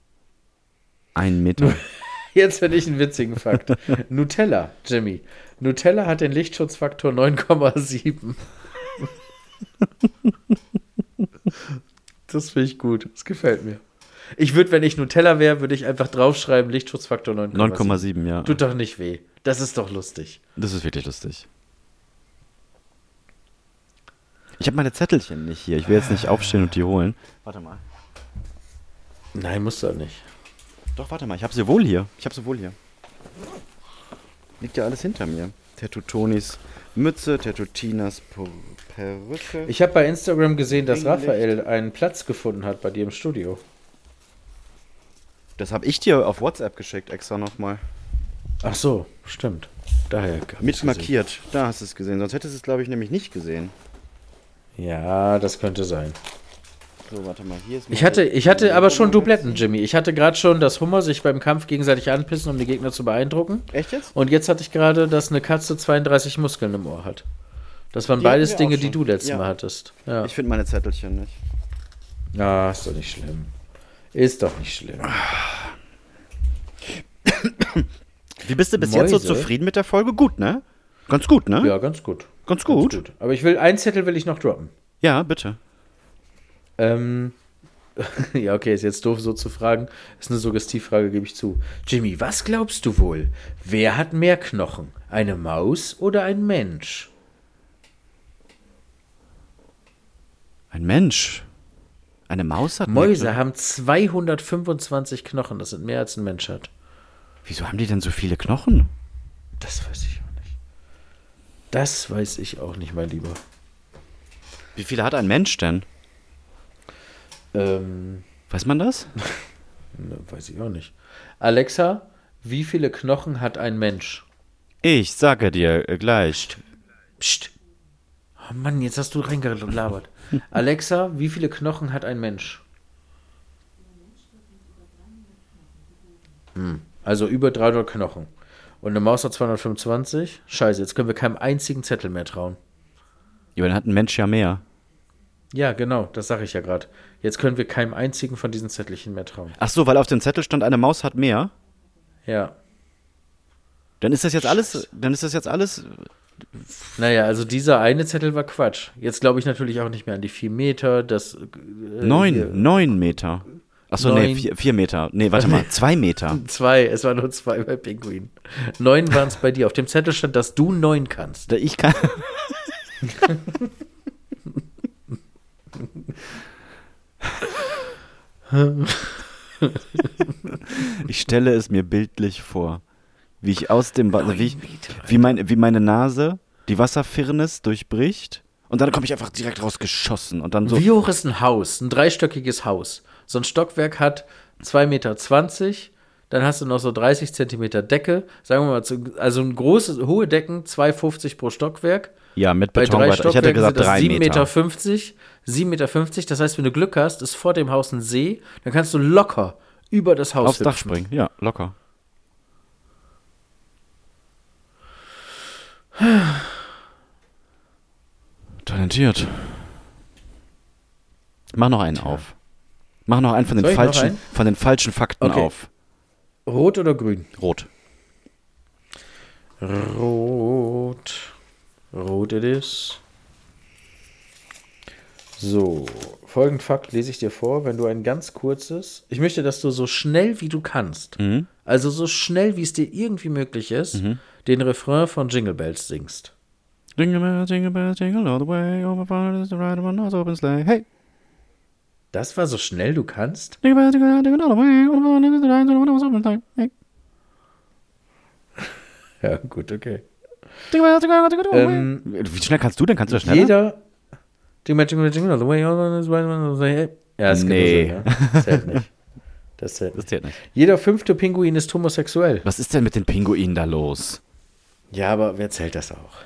ein Meter. Jetzt finde ich einen witzigen Fakt. Nutella, Jimmy. Nutella hat den Lichtschutzfaktor 9,7. Das finde ich gut. Das gefällt mir. Ich würde, wenn ich Nutella wäre, würde ich einfach draufschreiben, Lichtschutzfaktor 9,7. 9,7, ja. Tut doch nicht weh. Das ist doch lustig. Das ist wirklich lustig. Ich habe meine Zettelchen nicht hier. Ich will jetzt nicht aufstehen und die holen. Warte mal. Nein, muss doch nicht. Doch, warte mal. Ich habe sie wohl hier. Ich habe sie wohl hier. Liegt ja alles hinter mir. Tattoo Tonis Mütze, Tattoo Tinas Per- Perücke. Ich habe bei Instagram gesehen, dass Ding nicht. Raphael einen Platz gefunden hat bei dir im Studio. das habe ich dir auf WhatsApp geschickt extra nochmal. Ach so, stimmt. Daher. hab ich's Mit gesehen. markiert. Da hast du es gesehen. Sonst hättest du es, glaube ich, nämlich nicht gesehen. Ja, das könnte sein. So, warte mal. Hier ist Ich hatte, ich hatte aber schon Dubletten, Jimmy. Ich hatte gerade schon, dass Hummer sich beim Kampf gegenseitig anpissen, um die Gegner zu beeindrucken. Echt jetzt? Und jetzt hatte ich gerade, dass eine Katze 32 Muskeln im Ohr hat. Das waren Die beides hatten wir Dinge, auch die schon. du letztes Ja. Mal hattest. Ja. Ich finde meine Zettelchen nicht. ja, ist doch nicht schlimm. Ist doch nicht schlimm. Wie bist du bis jetzt so Mäuse? zufrieden mit der Folge? Gut, ne? Ganz gut, ne? Ja, ganz gut. Ganz gut. Aber ich will, einen Zettel will ich noch droppen. Ja, bitte. Ähm, ja, okay, ist jetzt doof so zu fragen. Ist eine Suggestivfrage, gebe ich zu. Jimmy, was glaubst du wohl? Wer hat mehr Knochen? Eine Maus oder ein Mensch? Ein Mensch. Eine Maus hat Mäuse Mehr haben 225 Knochen, das sind mehr als ein Mensch hat. Knochen. Wieso haben die denn so viele Knochen? Das weiß ich auch nicht. Das weiß ich auch nicht, mein Lieber. Wie viele hat ein Mensch denn? Ähm, Weiß man das? ne, weiß ich auch nicht. Alexa, wie viele Knochen hat ein Mensch? Ich sage dir äh, gleich. Psst. Oh Mann, jetzt hast du reingelabert. Alexa, wie viele Knochen hat ein Mensch? Also über 300 Knochen. Und eine Maus hat 225. Scheiße, jetzt können wir keinem einzigen Zettel mehr trauen. Ja, aber dann hat ein Mensch ja mehr. Ja, genau, das sage ich ja gerade. Jetzt können wir keinem einzigen von diesen Zettelchen mehr trauen. Ach so, weil auf dem Zettel stand, eine Maus hat mehr. Ja. Dann ist das jetzt alles, dann ist das jetzt alles, Naja, also dieser eine Zettel war Quatsch. Jetzt glaube ich natürlich auch nicht mehr an die 4 Meter, das. Äh, neun, hier. neun Meter. Ach so, nee, Neun. vier, vier Meter. Nee, warte mal, zwei Meter. Zwei, es waren nur zwei bei Pinguin. Neun waren es bei dir. Auf dem Zettel stand, dass du neun kannst. Da Ich kann. ich stelle es mir bildlich vor, wie ich aus dem Wa- wie, ich, wie, mein, wie meine Nase die Wasserfirnis durchbricht und dann komme ich einfach direkt rausgeschossen und dann so Wie hoch ist ein Haus? Ein dreistöckiges Haus. So ein Stockwerk hat 2,20 Meter, dann hast du noch so 30 Zentimeter Decke. Sagen wir mal, zu- also ein großes, hohe Decken, 2,50 pro Stockwerk. ja mit Bei Beton. drei ich hätte Stockwerken gesagt sind das drei 7,50 Meter. Meter. 7,50 Meter. Das heißt, wenn du Glück hast, ist vor dem Haus ein See, dann kannst du locker über das Haus Aufs Dach hüpfen. springen, ja locker. Talentiert. Mach noch einen auf. Mach noch einen von den Soll ich noch falschen, einen? von den falschen Fakten Okay. auf. Rot oder grün? Rot. Rot. Rot it is. So, folgenden Fakt lese ich dir vor, wenn du ein ganz kurzes. Ich möchte, dass du so schnell wie du kannst, Mhm. also so schnell wie es dir irgendwie möglich ist, den Refrain von Jingle Bells singst. Jingle bell, jingle bell, jingle all the way. Oh, my father is the ride of my nose open sleigh. Hey. Das war so schnell du kannst? Jingle bell, jingle bell, jingle all the way. Oh, my father is the ride of my nose open sleigh. Hey. Ja, gut, okay. Jingle bell, jingle bell, jingle all the way. Ähm, Wie schnell kannst du denn? Kannst du das schneller? Jeder. Jingle Jingle Jingle all the way, all the way, all the way. Ja, das geht Nee. nur so, ne? Das zählt nicht. Das zählt Das nicht. zählt nicht. Jeder fünfte Pinguin ist homosexuell. Was ist denn mit den Pinguinen da los? Ja, aber wer zählt das auch?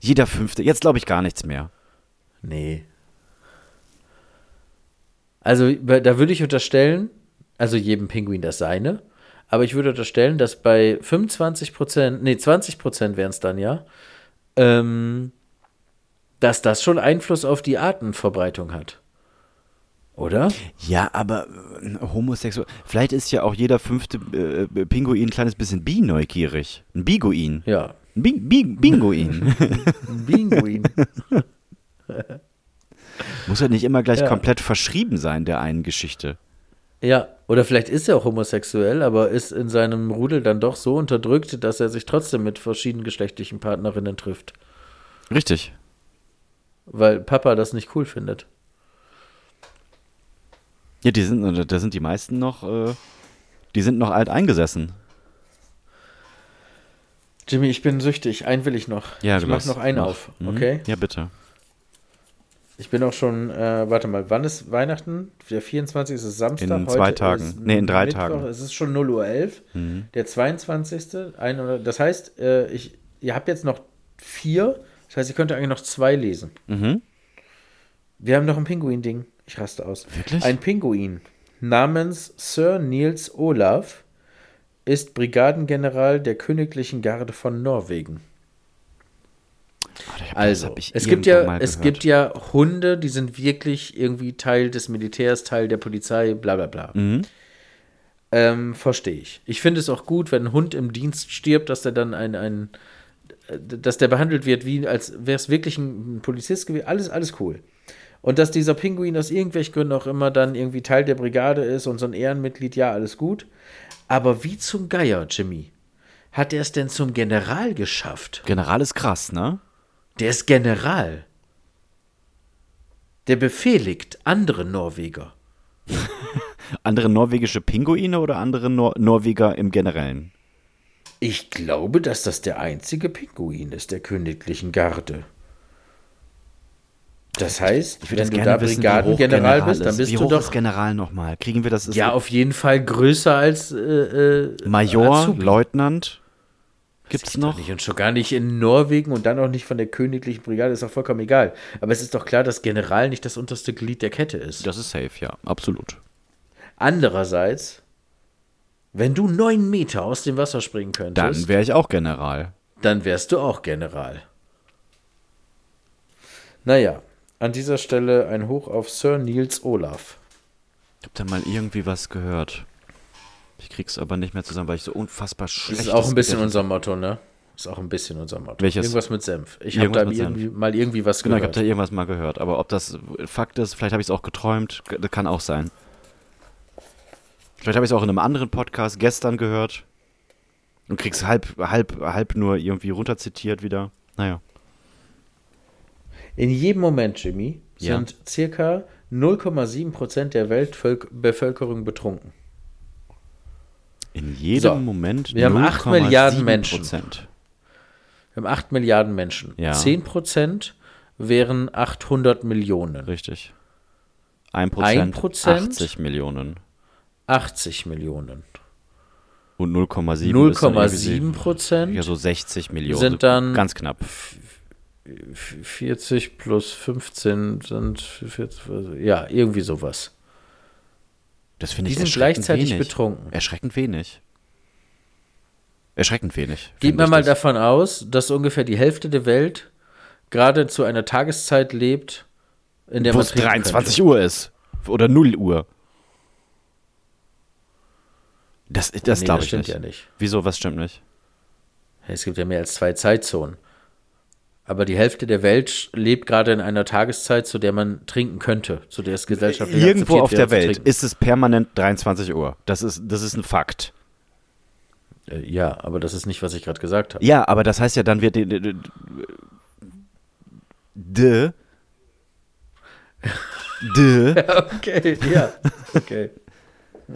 Jeder fünfte. Jetzt glaube ich gar nichts mehr. Nee. Also bei- da würde ich unterstellen, also jedem Pinguin das seine, aber ich würde unterstellen, dass bei 25 Prozent, nee, 20 Prozent wären es dann ja, ähm, dass das schon Einfluss auf die Artenverbreitung hat. Oder? Ja, aber äh, homosexuell. Vielleicht ist ja auch jeder fünfte äh, äh, Pinguin ein kleines bisschen bi-neugierig. Ein Biguin. Ja. Ein Bi Bi Binguin. Ein Pinguin. Muss ja nicht immer gleich Ja. komplett verschrieben sein, der einen Geschichte. ja, oder vielleicht ist er auch homosexuell, aber ist in seinem Rudel dann doch so unterdrückt, dass er sich trotzdem mit verschiedenen geschlechtlichen Partnerinnen trifft. Richtig. weil Papa das nicht cool findet. Ja, die sind, da sind die meisten noch, äh, die sind noch alt eingesessen. Jimmy, ich bin süchtig. Einen will ich noch. Ja, ich du mach darfst noch einen noch. auf, Mhm. okay? Ja, bitte. Ich bin auch schon, äh, warte mal, wann ist Weihnachten? Der 24. ist Samstag. In zwei Tagen. Ist Nee, in drei Mittwoch. Tagen. Mhm. Es ist schon 0.11 Uhr. Der 22. Ein oder, das heißt, äh, ich, ihr habt jetzt noch vier. Das heißt, ihr könnt eigentlich noch zwei lesen. Mhm. Wir haben noch ein Pinguin-Ding. Ich raste aus. Wirklich? Ein Pinguin namens Sir Niels Olaf ist Brigadengeneral der Königlichen Garde von Norwegen. Warte, ich hab- das Also, hab ich es gibt irgendwann ja, mal es gehört. gibt ja Hunde, die sind wirklich irgendwie Teil des Militärs, Teil der Polizei, bla bla bla. Mhm. Ähm, Verstehe ich. Ich finde es auch gut, wenn ein Hund im Dienst stirbt, dass der dann ein, ein äh, dass der behandelt wird, wie als wäre es wirklich ein Polizist gewesen. Alles, alles cool. Und dass dieser Pinguin aus irgendwelchen Gründen auch immer dann irgendwie Teil der Brigade ist und so ein Ehrenmitglied, ja, alles gut. Aber wie zum Geier, Jimmy, hat er es denn zum General geschafft? General ist krass, ne? Der ist General. Der befehligt andere Norweger. Andere norwegische Pinguine oder andere Nor Norweger im Generellen? Ich glaube, dass das der einzige Pinguin ist der königlichen Garde. Das heißt, wenn du da Brigadengeneral bist, dann bist wie du hoch doch ist General nochmal? Kriegen wir das? ist ja auf jeden Fall größer als äh, äh, Major, Azubi. Leutnant. Gibt's noch? Nicht und schon gar nicht in Norwegen und dann auch nicht von der königlichen Brigade, ist auch vollkommen egal. Aber es ist doch klar, dass General nicht das unterste Glied der Kette ist. Das ist safe, ja, absolut. Andererseits Wenn du neun Meter aus dem Wasser springen könntest, Dann wäre ich auch General. dann wärst du auch General. Naja, an dieser Stelle ein Hoch auf Sir Niels Olaf. Ich habe da mal irgendwie was gehört. Ich krieg's aber nicht mehr zusammen, weil ich so unfassbar schlecht Das ist auch ein bisschen unser Motto, ne? Ist auch ein bisschen unser Motto. Welches? Irgendwas mit Senf. Ich habe Irgendwas da mit Senf. irgendwie, mal irgendwie was Genau, ich habe gehört. da irgendwas mal gehört. Aber ob das Fakt ist, vielleicht habe ich es auch geträumt, g- das kann auch sein. Vielleicht habe ich es auch in einem anderen Podcast gestern gehört und krieg's halb, halb, halb nur irgendwie runterzitiert wieder. Naja. In jedem Moment, Jimmy, Ja. sind circa 0,7% der Weltbevölkerung betrunken. In jedem So. Moment. Wir haben acht 0,7 Milliarden Menschen. Prozent. Wir haben 8 Milliarden Menschen. Ja. 10% wären 800 Millionen. Richtig. 1 Prozent. 1%? 80 Millionen. 80 Millionen. Und 0,7 ist dann irgendwie 0,7% Ja, so 60 Millionen. sind dann- Ganz knapp. 40 plus 15 sind 40, ja, irgendwie sowas. Das finde Die ich sind erschreckend gleichzeitig wenig. betrunken. Erschreckend wenig. Erschreckend wenig. Geht finde man ich mal das. davon aus, dass ungefähr die Hälfte der Welt gerade zu einer Tageszeit lebt, in der Wo man es trinken 23 Uhr ist. Oder 0 Uhr. Das, das Nee, glaube das ich stimmt nicht. ja nicht. Wieso, was stimmt nicht? könnte. Es gibt ja mehr als zwei Zeitzonen. Aber die Hälfte der Welt lebt gerade in einer Tageszeit, zu der man trinken könnte, zu der es gesellschaftlich Äh, Irgendwo akzeptiert auf der wäre, zu Welt trinken. ist es permanent 23 Uhr. Das ist, das ist ein Fakt. Äh, Ja, aber das ist nicht, was ich gerade gesagt habe. Ja, aber das heißt ja, dann wird die- die- die- de de Okay, ja, okay.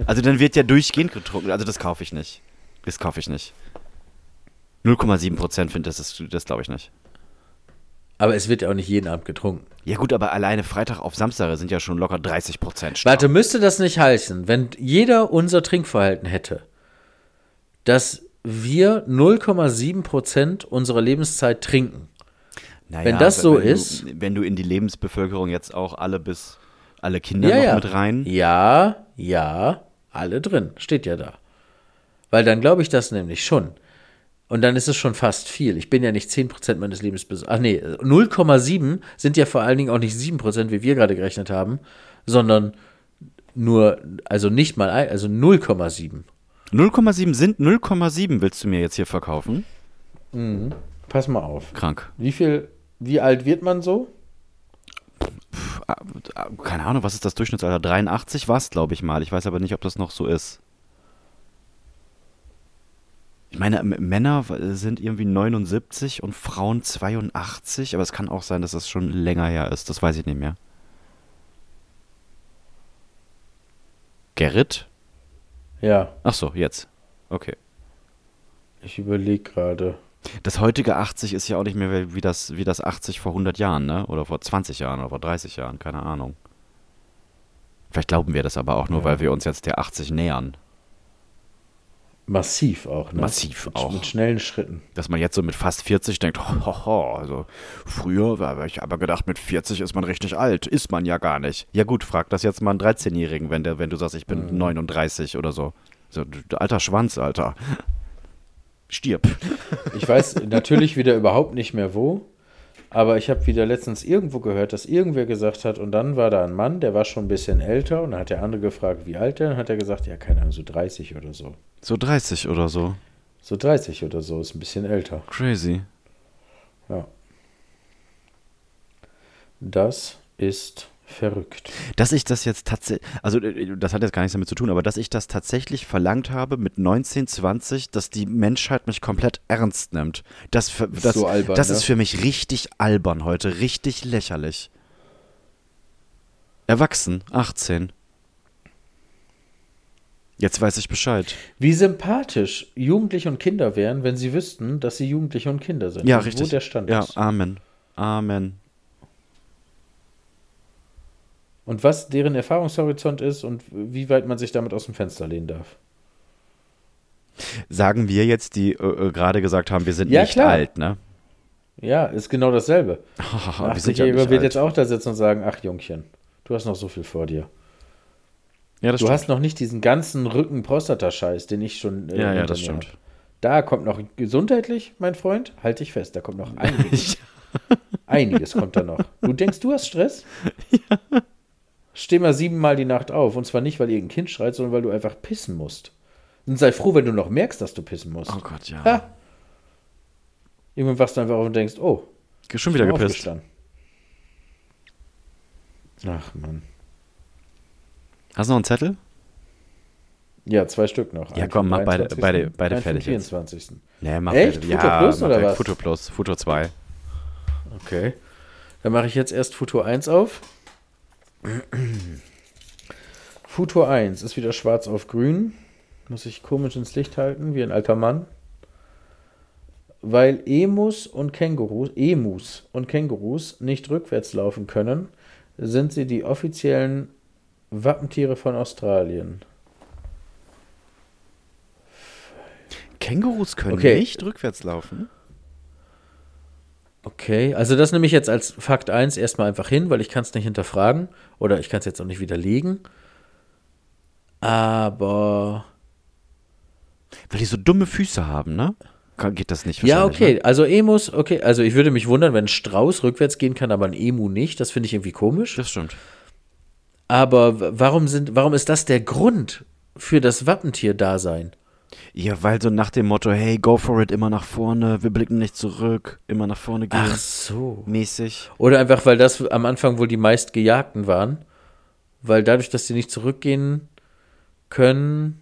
Also dann wird ja durchgehend getrunken. Also das kaufe ich nicht. Das kaufe ich nicht. 0,7 Prozent finde das ist, das glaube ich nicht. Aber es wird ja auch nicht jeden Abend getrunken. Ja gut, aber alleine Freitag auf Samstag sind ja schon locker 30 Prozent. Warte, müsste das nicht heißen, wenn jeder unser Trinkverhalten hätte, dass wir 0,7% unserer Lebenszeit trinken? Naja, wenn das so wenn du, ist- wenn du in die Lebensbevölkerung jetzt auch alle bis alle Kinder noch mit rein. Ja, ja, alle drin, steht ja da. Weil dann glaube ich das nämlich schon. Und dann ist es schon fast viel. Ich bin ja nicht 10% meines Lebens bes- Ach nee, 0,7 sind ja vor allen Dingen auch nicht 7%, wie wir gerade gerechnet haben, sondern nur, also nicht mal, ein, also 0,7. 0,7 sind 0,7 willst du mir jetzt hier verkaufen? Pass mal auf. Krank. Wie viel, wie alt wird man so? Ah, Keine Ahnung, was ist das Durchschnittsalter? 83 war es, glaube ich mal. Ich weiß aber nicht, ob das noch so ist. Ich meine, M- Männer w- sind irgendwie 79 und Frauen 82, aber es kann auch sein, dass das schon länger her ist. Das weiß ich nicht mehr. Gerrit? Ja, Ach so, jetzt. Okay. ich überlege gerade. Das heutige 80 ist ja auch nicht mehr wie das, wie das 80 vor 100 Jahren, ne? Oder vor 20 Jahren oder vor 30 Jahren, keine Ahnung. Vielleicht glauben wir das aber auch nur, weil wir uns jetzt der 80 nähern. Massiv auch, ne? Massiv mit, auch. Mit schnellen Schritten. Dass man jetzt so mit fast 40 denkt, hohoho, also früher habe ich aber gedacht, mit 40 ist man richtig alt. Ist man ja gar nicht. Ja gut, frag das jetzt mal einen 13-Jährigen, wenn, der- wenn du sagst, ich bin 39 oder so. so. du- du Alter Schwanz, Alter. Stirb. Ich weiß natürlich wieder überhaupt nicht mehr wo, aber ich habe wieder letztens irgendwo gehört, dass irgendwer gesagt hat, und dann war da ein Mann, der war schon ein bisschen älter, und dann hat der andere gefragt, wie alt der, und hat er gesagt, ja, keine Ahnung, so 30 oder so. So 30 oder so. So 30 oder so, ist ein bisschen älter. Crazy. Ja. Das ist verrückt. Dass ich das jetzt tatsächlich, also äh, das hat jetzt gar nichts damit zu tun, aber dass ich das tatsächlich verlangt habe mit 19, 20, dass die Menschheit mich komplett ernst nimmt. Das, ver- das, so albern, das ne? ist für mich richtig albern heute, richtig lächerlich. Erwachsen, 18. Jetzt weiß ich Bescheid. Wie sympathisch Jugendliche und Kinder wären, wenn sie wüssten, dass sie Jugendliche und Kinder sind. Ja, und richtig. Wo der Stand ja, ist. Amen. Amen. Und was deren Erfahrungshorizont ist und wie weit man sich damit aus dem Fenster lehnen darf. Sagen wir jetzt, die äh, äh, gerade gesagt haben, wir sind Ja, nicht klar. alt, ne? Ja, ist genau dasselbe. Ah, wir Ach, sind ja nicht wird alt. jetzt auch da sitzen und sagen, ach Jungchen, du hast noch so viel vor dir. Ja, das Du stimmt. hast noch nicht diesen ganzen Rücken-Prostata-Scheiß, den ich schon. äh, ja, ja, hinter das mir stimmt. hab. Da kommt noch gesundheitlich, mein Freund, halte ich fest, da kommt noch einiges. einiges kommt da noch. Du denkst, du hast Stress? Steh mal siebenmal die Nacht auf. Und zwar nicht, weil irgendein Kind schreit, sondern weil du einfach pissen musst. Und sei froh, wenn du noch merkst, dass du pissen musst. Oh Gott, ja. Ha! Irgendwann wachst du einfach auf und denkst, oh, Schon wieder bin gepisst. aufgestanden. Ach man. Hast du noch einen Zettel? Ja, zwei Stück noch. Ja, Einen komm, vom mach beide- 23., beide- beide einen vom fertig jetzt. 24. Nee, mach weiter. Echt? Futur ja, Plus mach oder weg. was? Futur Plus, Futur 2. Okay. Dann mache ich jetzt erst Futur 1 auf. Futur 1 ist wieder schwarz auf grün. Muss ich komisch ins Licht halten, wie ein alter Mann. Weil Emus und Kängurus, Emus und Kängurus nicht rückwärts laufen können, sind sie die offiziellen Wappentiere von Australien. Kängurus können Okay. nicht rückwärts laufen. Okay, also das nehme ich jetzt als Fakt 1 erstmal einfach hin, weil ich kann es nicht hinterfragen oder ich kann es jetzt auch nicht widerlegen. Aber Weil die so dumme Füße haben, ne? Kann- Geht das nicht ja, wahrscheinlich, ne? okay, also Emus, okay, also ich würde mich wundern, wenn ein Strauß rückwärts gehen kann, aber ein Emu nicht, das finde ich irgendwie komisch. Das stimmt. aber w- warum sind warum ist das der Grund für das Wappentier-Dasein? Ja, weil so nach dem Motto, hey, go for it, immer nach vorne, wir blicken nicht zurück, immer nach vorne gehen. Ach so. Mäßig. Oder einfach, weil das am Anfang wohl die meistgejagten waren. Weil dadurch, dass die nicht zurückgehen können,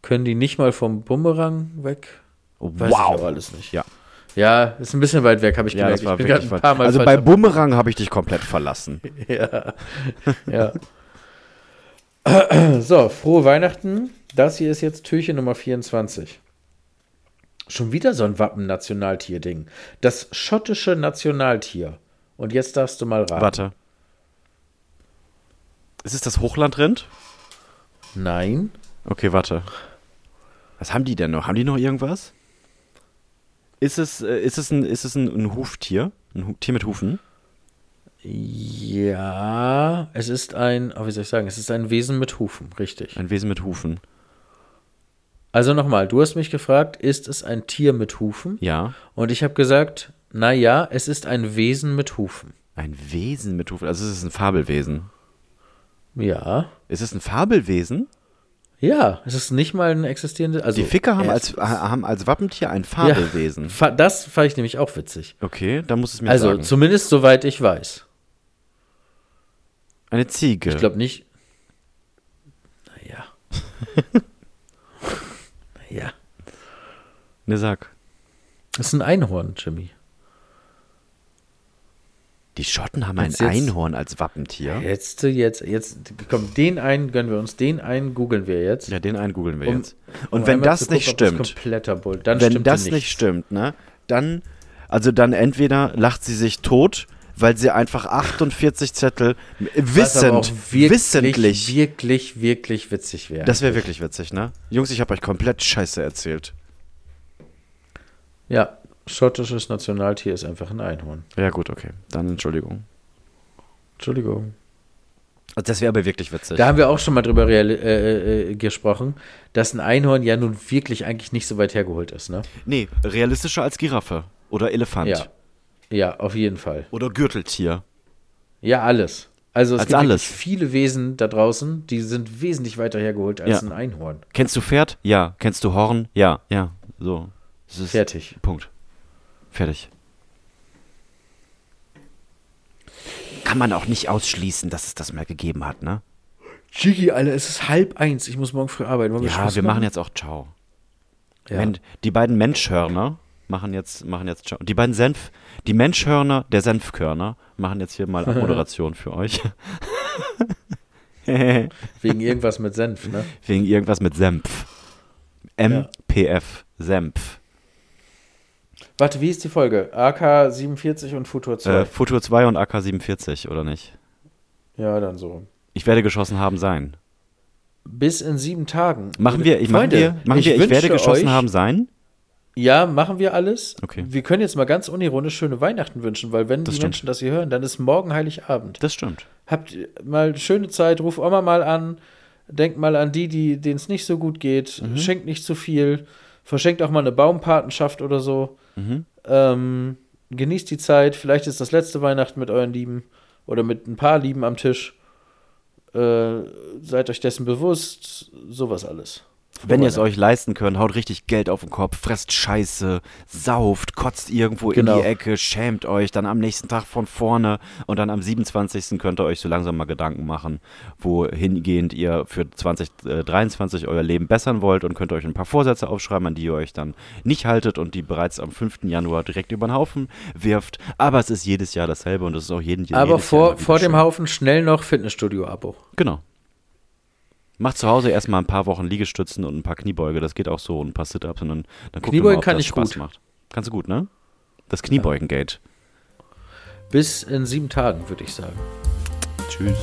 können die nicht mal vom Bumerang weg. Weiß ich aber alles nicht. Ja, Ja, ist ein bisschen weit weg, habe ich ja gemerkt. das war ich bin wirklich gerade ein paar Mal Also falsch bei ab- Bumerang habe ich dich komplett verlassen. ja. ja. so, frohe Weihnachten. Das hier ist jetzt Türchen Nummer 24. Schon wieder so ein Wappen-Nationaltier-Ding. Das schottische Nationaltier. Und jetzt darfst du mal raten. Warte. Ist es das Hochlandrind? Nein. Okay, warte. Was haben die denn noch? Haben die noch irgendwas? Ist es, äh, ist es, ein, ist es ein, ein Huftier? Ein Hu- Tier mit Hufen? Ja, es ist ein, oh, wie soll ich sagen, es ist ein Wesen mit Hufen, richtig. Ein Wesen mit Hufen. Also nochmal, du hast mich gefragt, ist es ein Tier mit Hufen? Ja. Und ich habe gesagt, na ja, es ist ein Wesen mit Hufen. Ein Wesen mit Hufen. Also ist es ein Fabelwesen? Ja. Ist es ein Fabelwesen? Ja, es ist nicht mal ein existierendes. Also Die Ficker haben es- als, ha- haben als Wappentier ein ja, Fabelwesen. fa- Das fand ich nämlich auch witzig. Okay, dann muss es mir Also, sagen. zumindest soweit ich weiß. Eine Ziege. Ich glaube nicht. Naja. naja. ne, sag. Es ist ein Einhorn, Jimmy. Die Schotten haben ein Jetzt- jetzt- Einhorn als Wappentier. Jetzt, jetzt, jetzt, komm, den einen gönnen wir uns, den einen googeln wir jetzt. Ja, den einen googeln wir Um- jetzt. um Und wenn einmal das zu nicht gucken, ob stimmt, Das kompletter Bull. Dann wenn stimmt das nichts. nicht stimmt, ne, dann, also dann entweder lacht sie sich tot, weil sie einfach 48 Zettel Was aber auch wissend, wissentlich, wirklich, wirklich witzig wäre. das wäre wirklich witzig, ne? Jungs, ich habe euch komplett Scheiße erzählt. Ja, schottisches Nationaltier ist einfach ein Einhorn. Ja gut, okay, dann Entschuldigung. Entschuldigung. Also das wäre aber wirklich witzig. Da haben wir auch schon mal drüber reali- äh, äh, gesprochen, dass ein Einhorn ja nun wirklich eigentlich nicht so weit hergeholt ist, ne? nee, realistischer als Giraffe oder Elefant Ja. Ja, auf jeden Fall. oder Gürteltier. Ja, alles. Also es Als gibt alles. wirklich viele Wesen da draußen, die sind wesentlich weiter hergeholt als Ja. ein Einhorn. Kennst du Pferd? Ja. Kennst du Horn? Ja, ja. So. Es ist Fertig. Punkt. Fertig. Kann man auch nicht ausschließen, dass es das mal gegeben hat, ne? Jiggy, Alter, es ist halb eins. Ich muss morgen früh arbeiten. Wollen Ja, Schluss wir machen jetzt auch Ciao. Ja. Men- Die beiden Menschhörner machen jetzt, machen jetzt Ciao. Die beiden Senf, die Menschhörner, der Senfkörner machen jetzt hier mal Moderation für euch. Wegen irgendwas mit Senf, ne? Wegen irgendwas mit Senf. MPF. Senf. Äh, Warte, wie ist die Folge? AK 47 und Futur 2. Äh, Futur 2 und AK 47, oder nicht? ja, dann so. Ich werde geschossen haben sein. Bis in sieben Tagen. Machen wir, ich, machen Freunde, wir, machen ich wir, ich werde wünsche geschossen euch- haben sein. Ja, machen wir alles. Okay. Wir können jetzt mal ganz unironisch schöne Weihnachten wünschen, weil wenn Das die stimmt. Menschen das hier hören, dann ist morgen Heiligabend. Das stimmt. Habt mal schöne Zeit, ruf Oma mal an, Denkt mal an die, die denen es nicht so gut geht. Schenkt nicht zu viel. Verschenkt auch mal eine Baumpatenschaft oder so. Ähm, genießt die Zeit. Vielleicht ist das letzte Weihnachten mit euren Lieben oder mit ein paar Lieben am Tisch. Äh, seid euch dessen bewusst. Sowas alles. Wenn ihr es euch leisten könnt, haut richtig Geld auf den Kopf, fresst Scheiße, sauft, kotzt irgendwo Genau. in die Ecke, schämt euch, dann am nächsten Tag von vorne und dann am 27. könnt ihr euch so langsam mal Gedanken machen, wohingehend ihr für 2023 euer Leben bessern wollt und könnt euch ein paar Vorsätze aufschreiben, an die ihr euch dann nicht haltet und die bereits am 5. Januar direkt über den Haufen wirft. Aber es ist jedes Jahr dasselbe und es ist auch jeden jedes Aber Jahr vor, immer wieder vor schön. dem Haufen schnell noch Fitnessstudio-Abo. Genau. Mach zu Hause erstmal ein paar Wochen Liegestützen und ein paar Kniebeuge, das geht auch so und ein paar Sit-Ups und dann, dann guck Kniebeugen mal, ob kann das ich Spaß gut. macht. Kannst du gut, ne? Das Kniebeugen-Gate. Bis in sieben Tagen, würde ich sagen. Tschüss.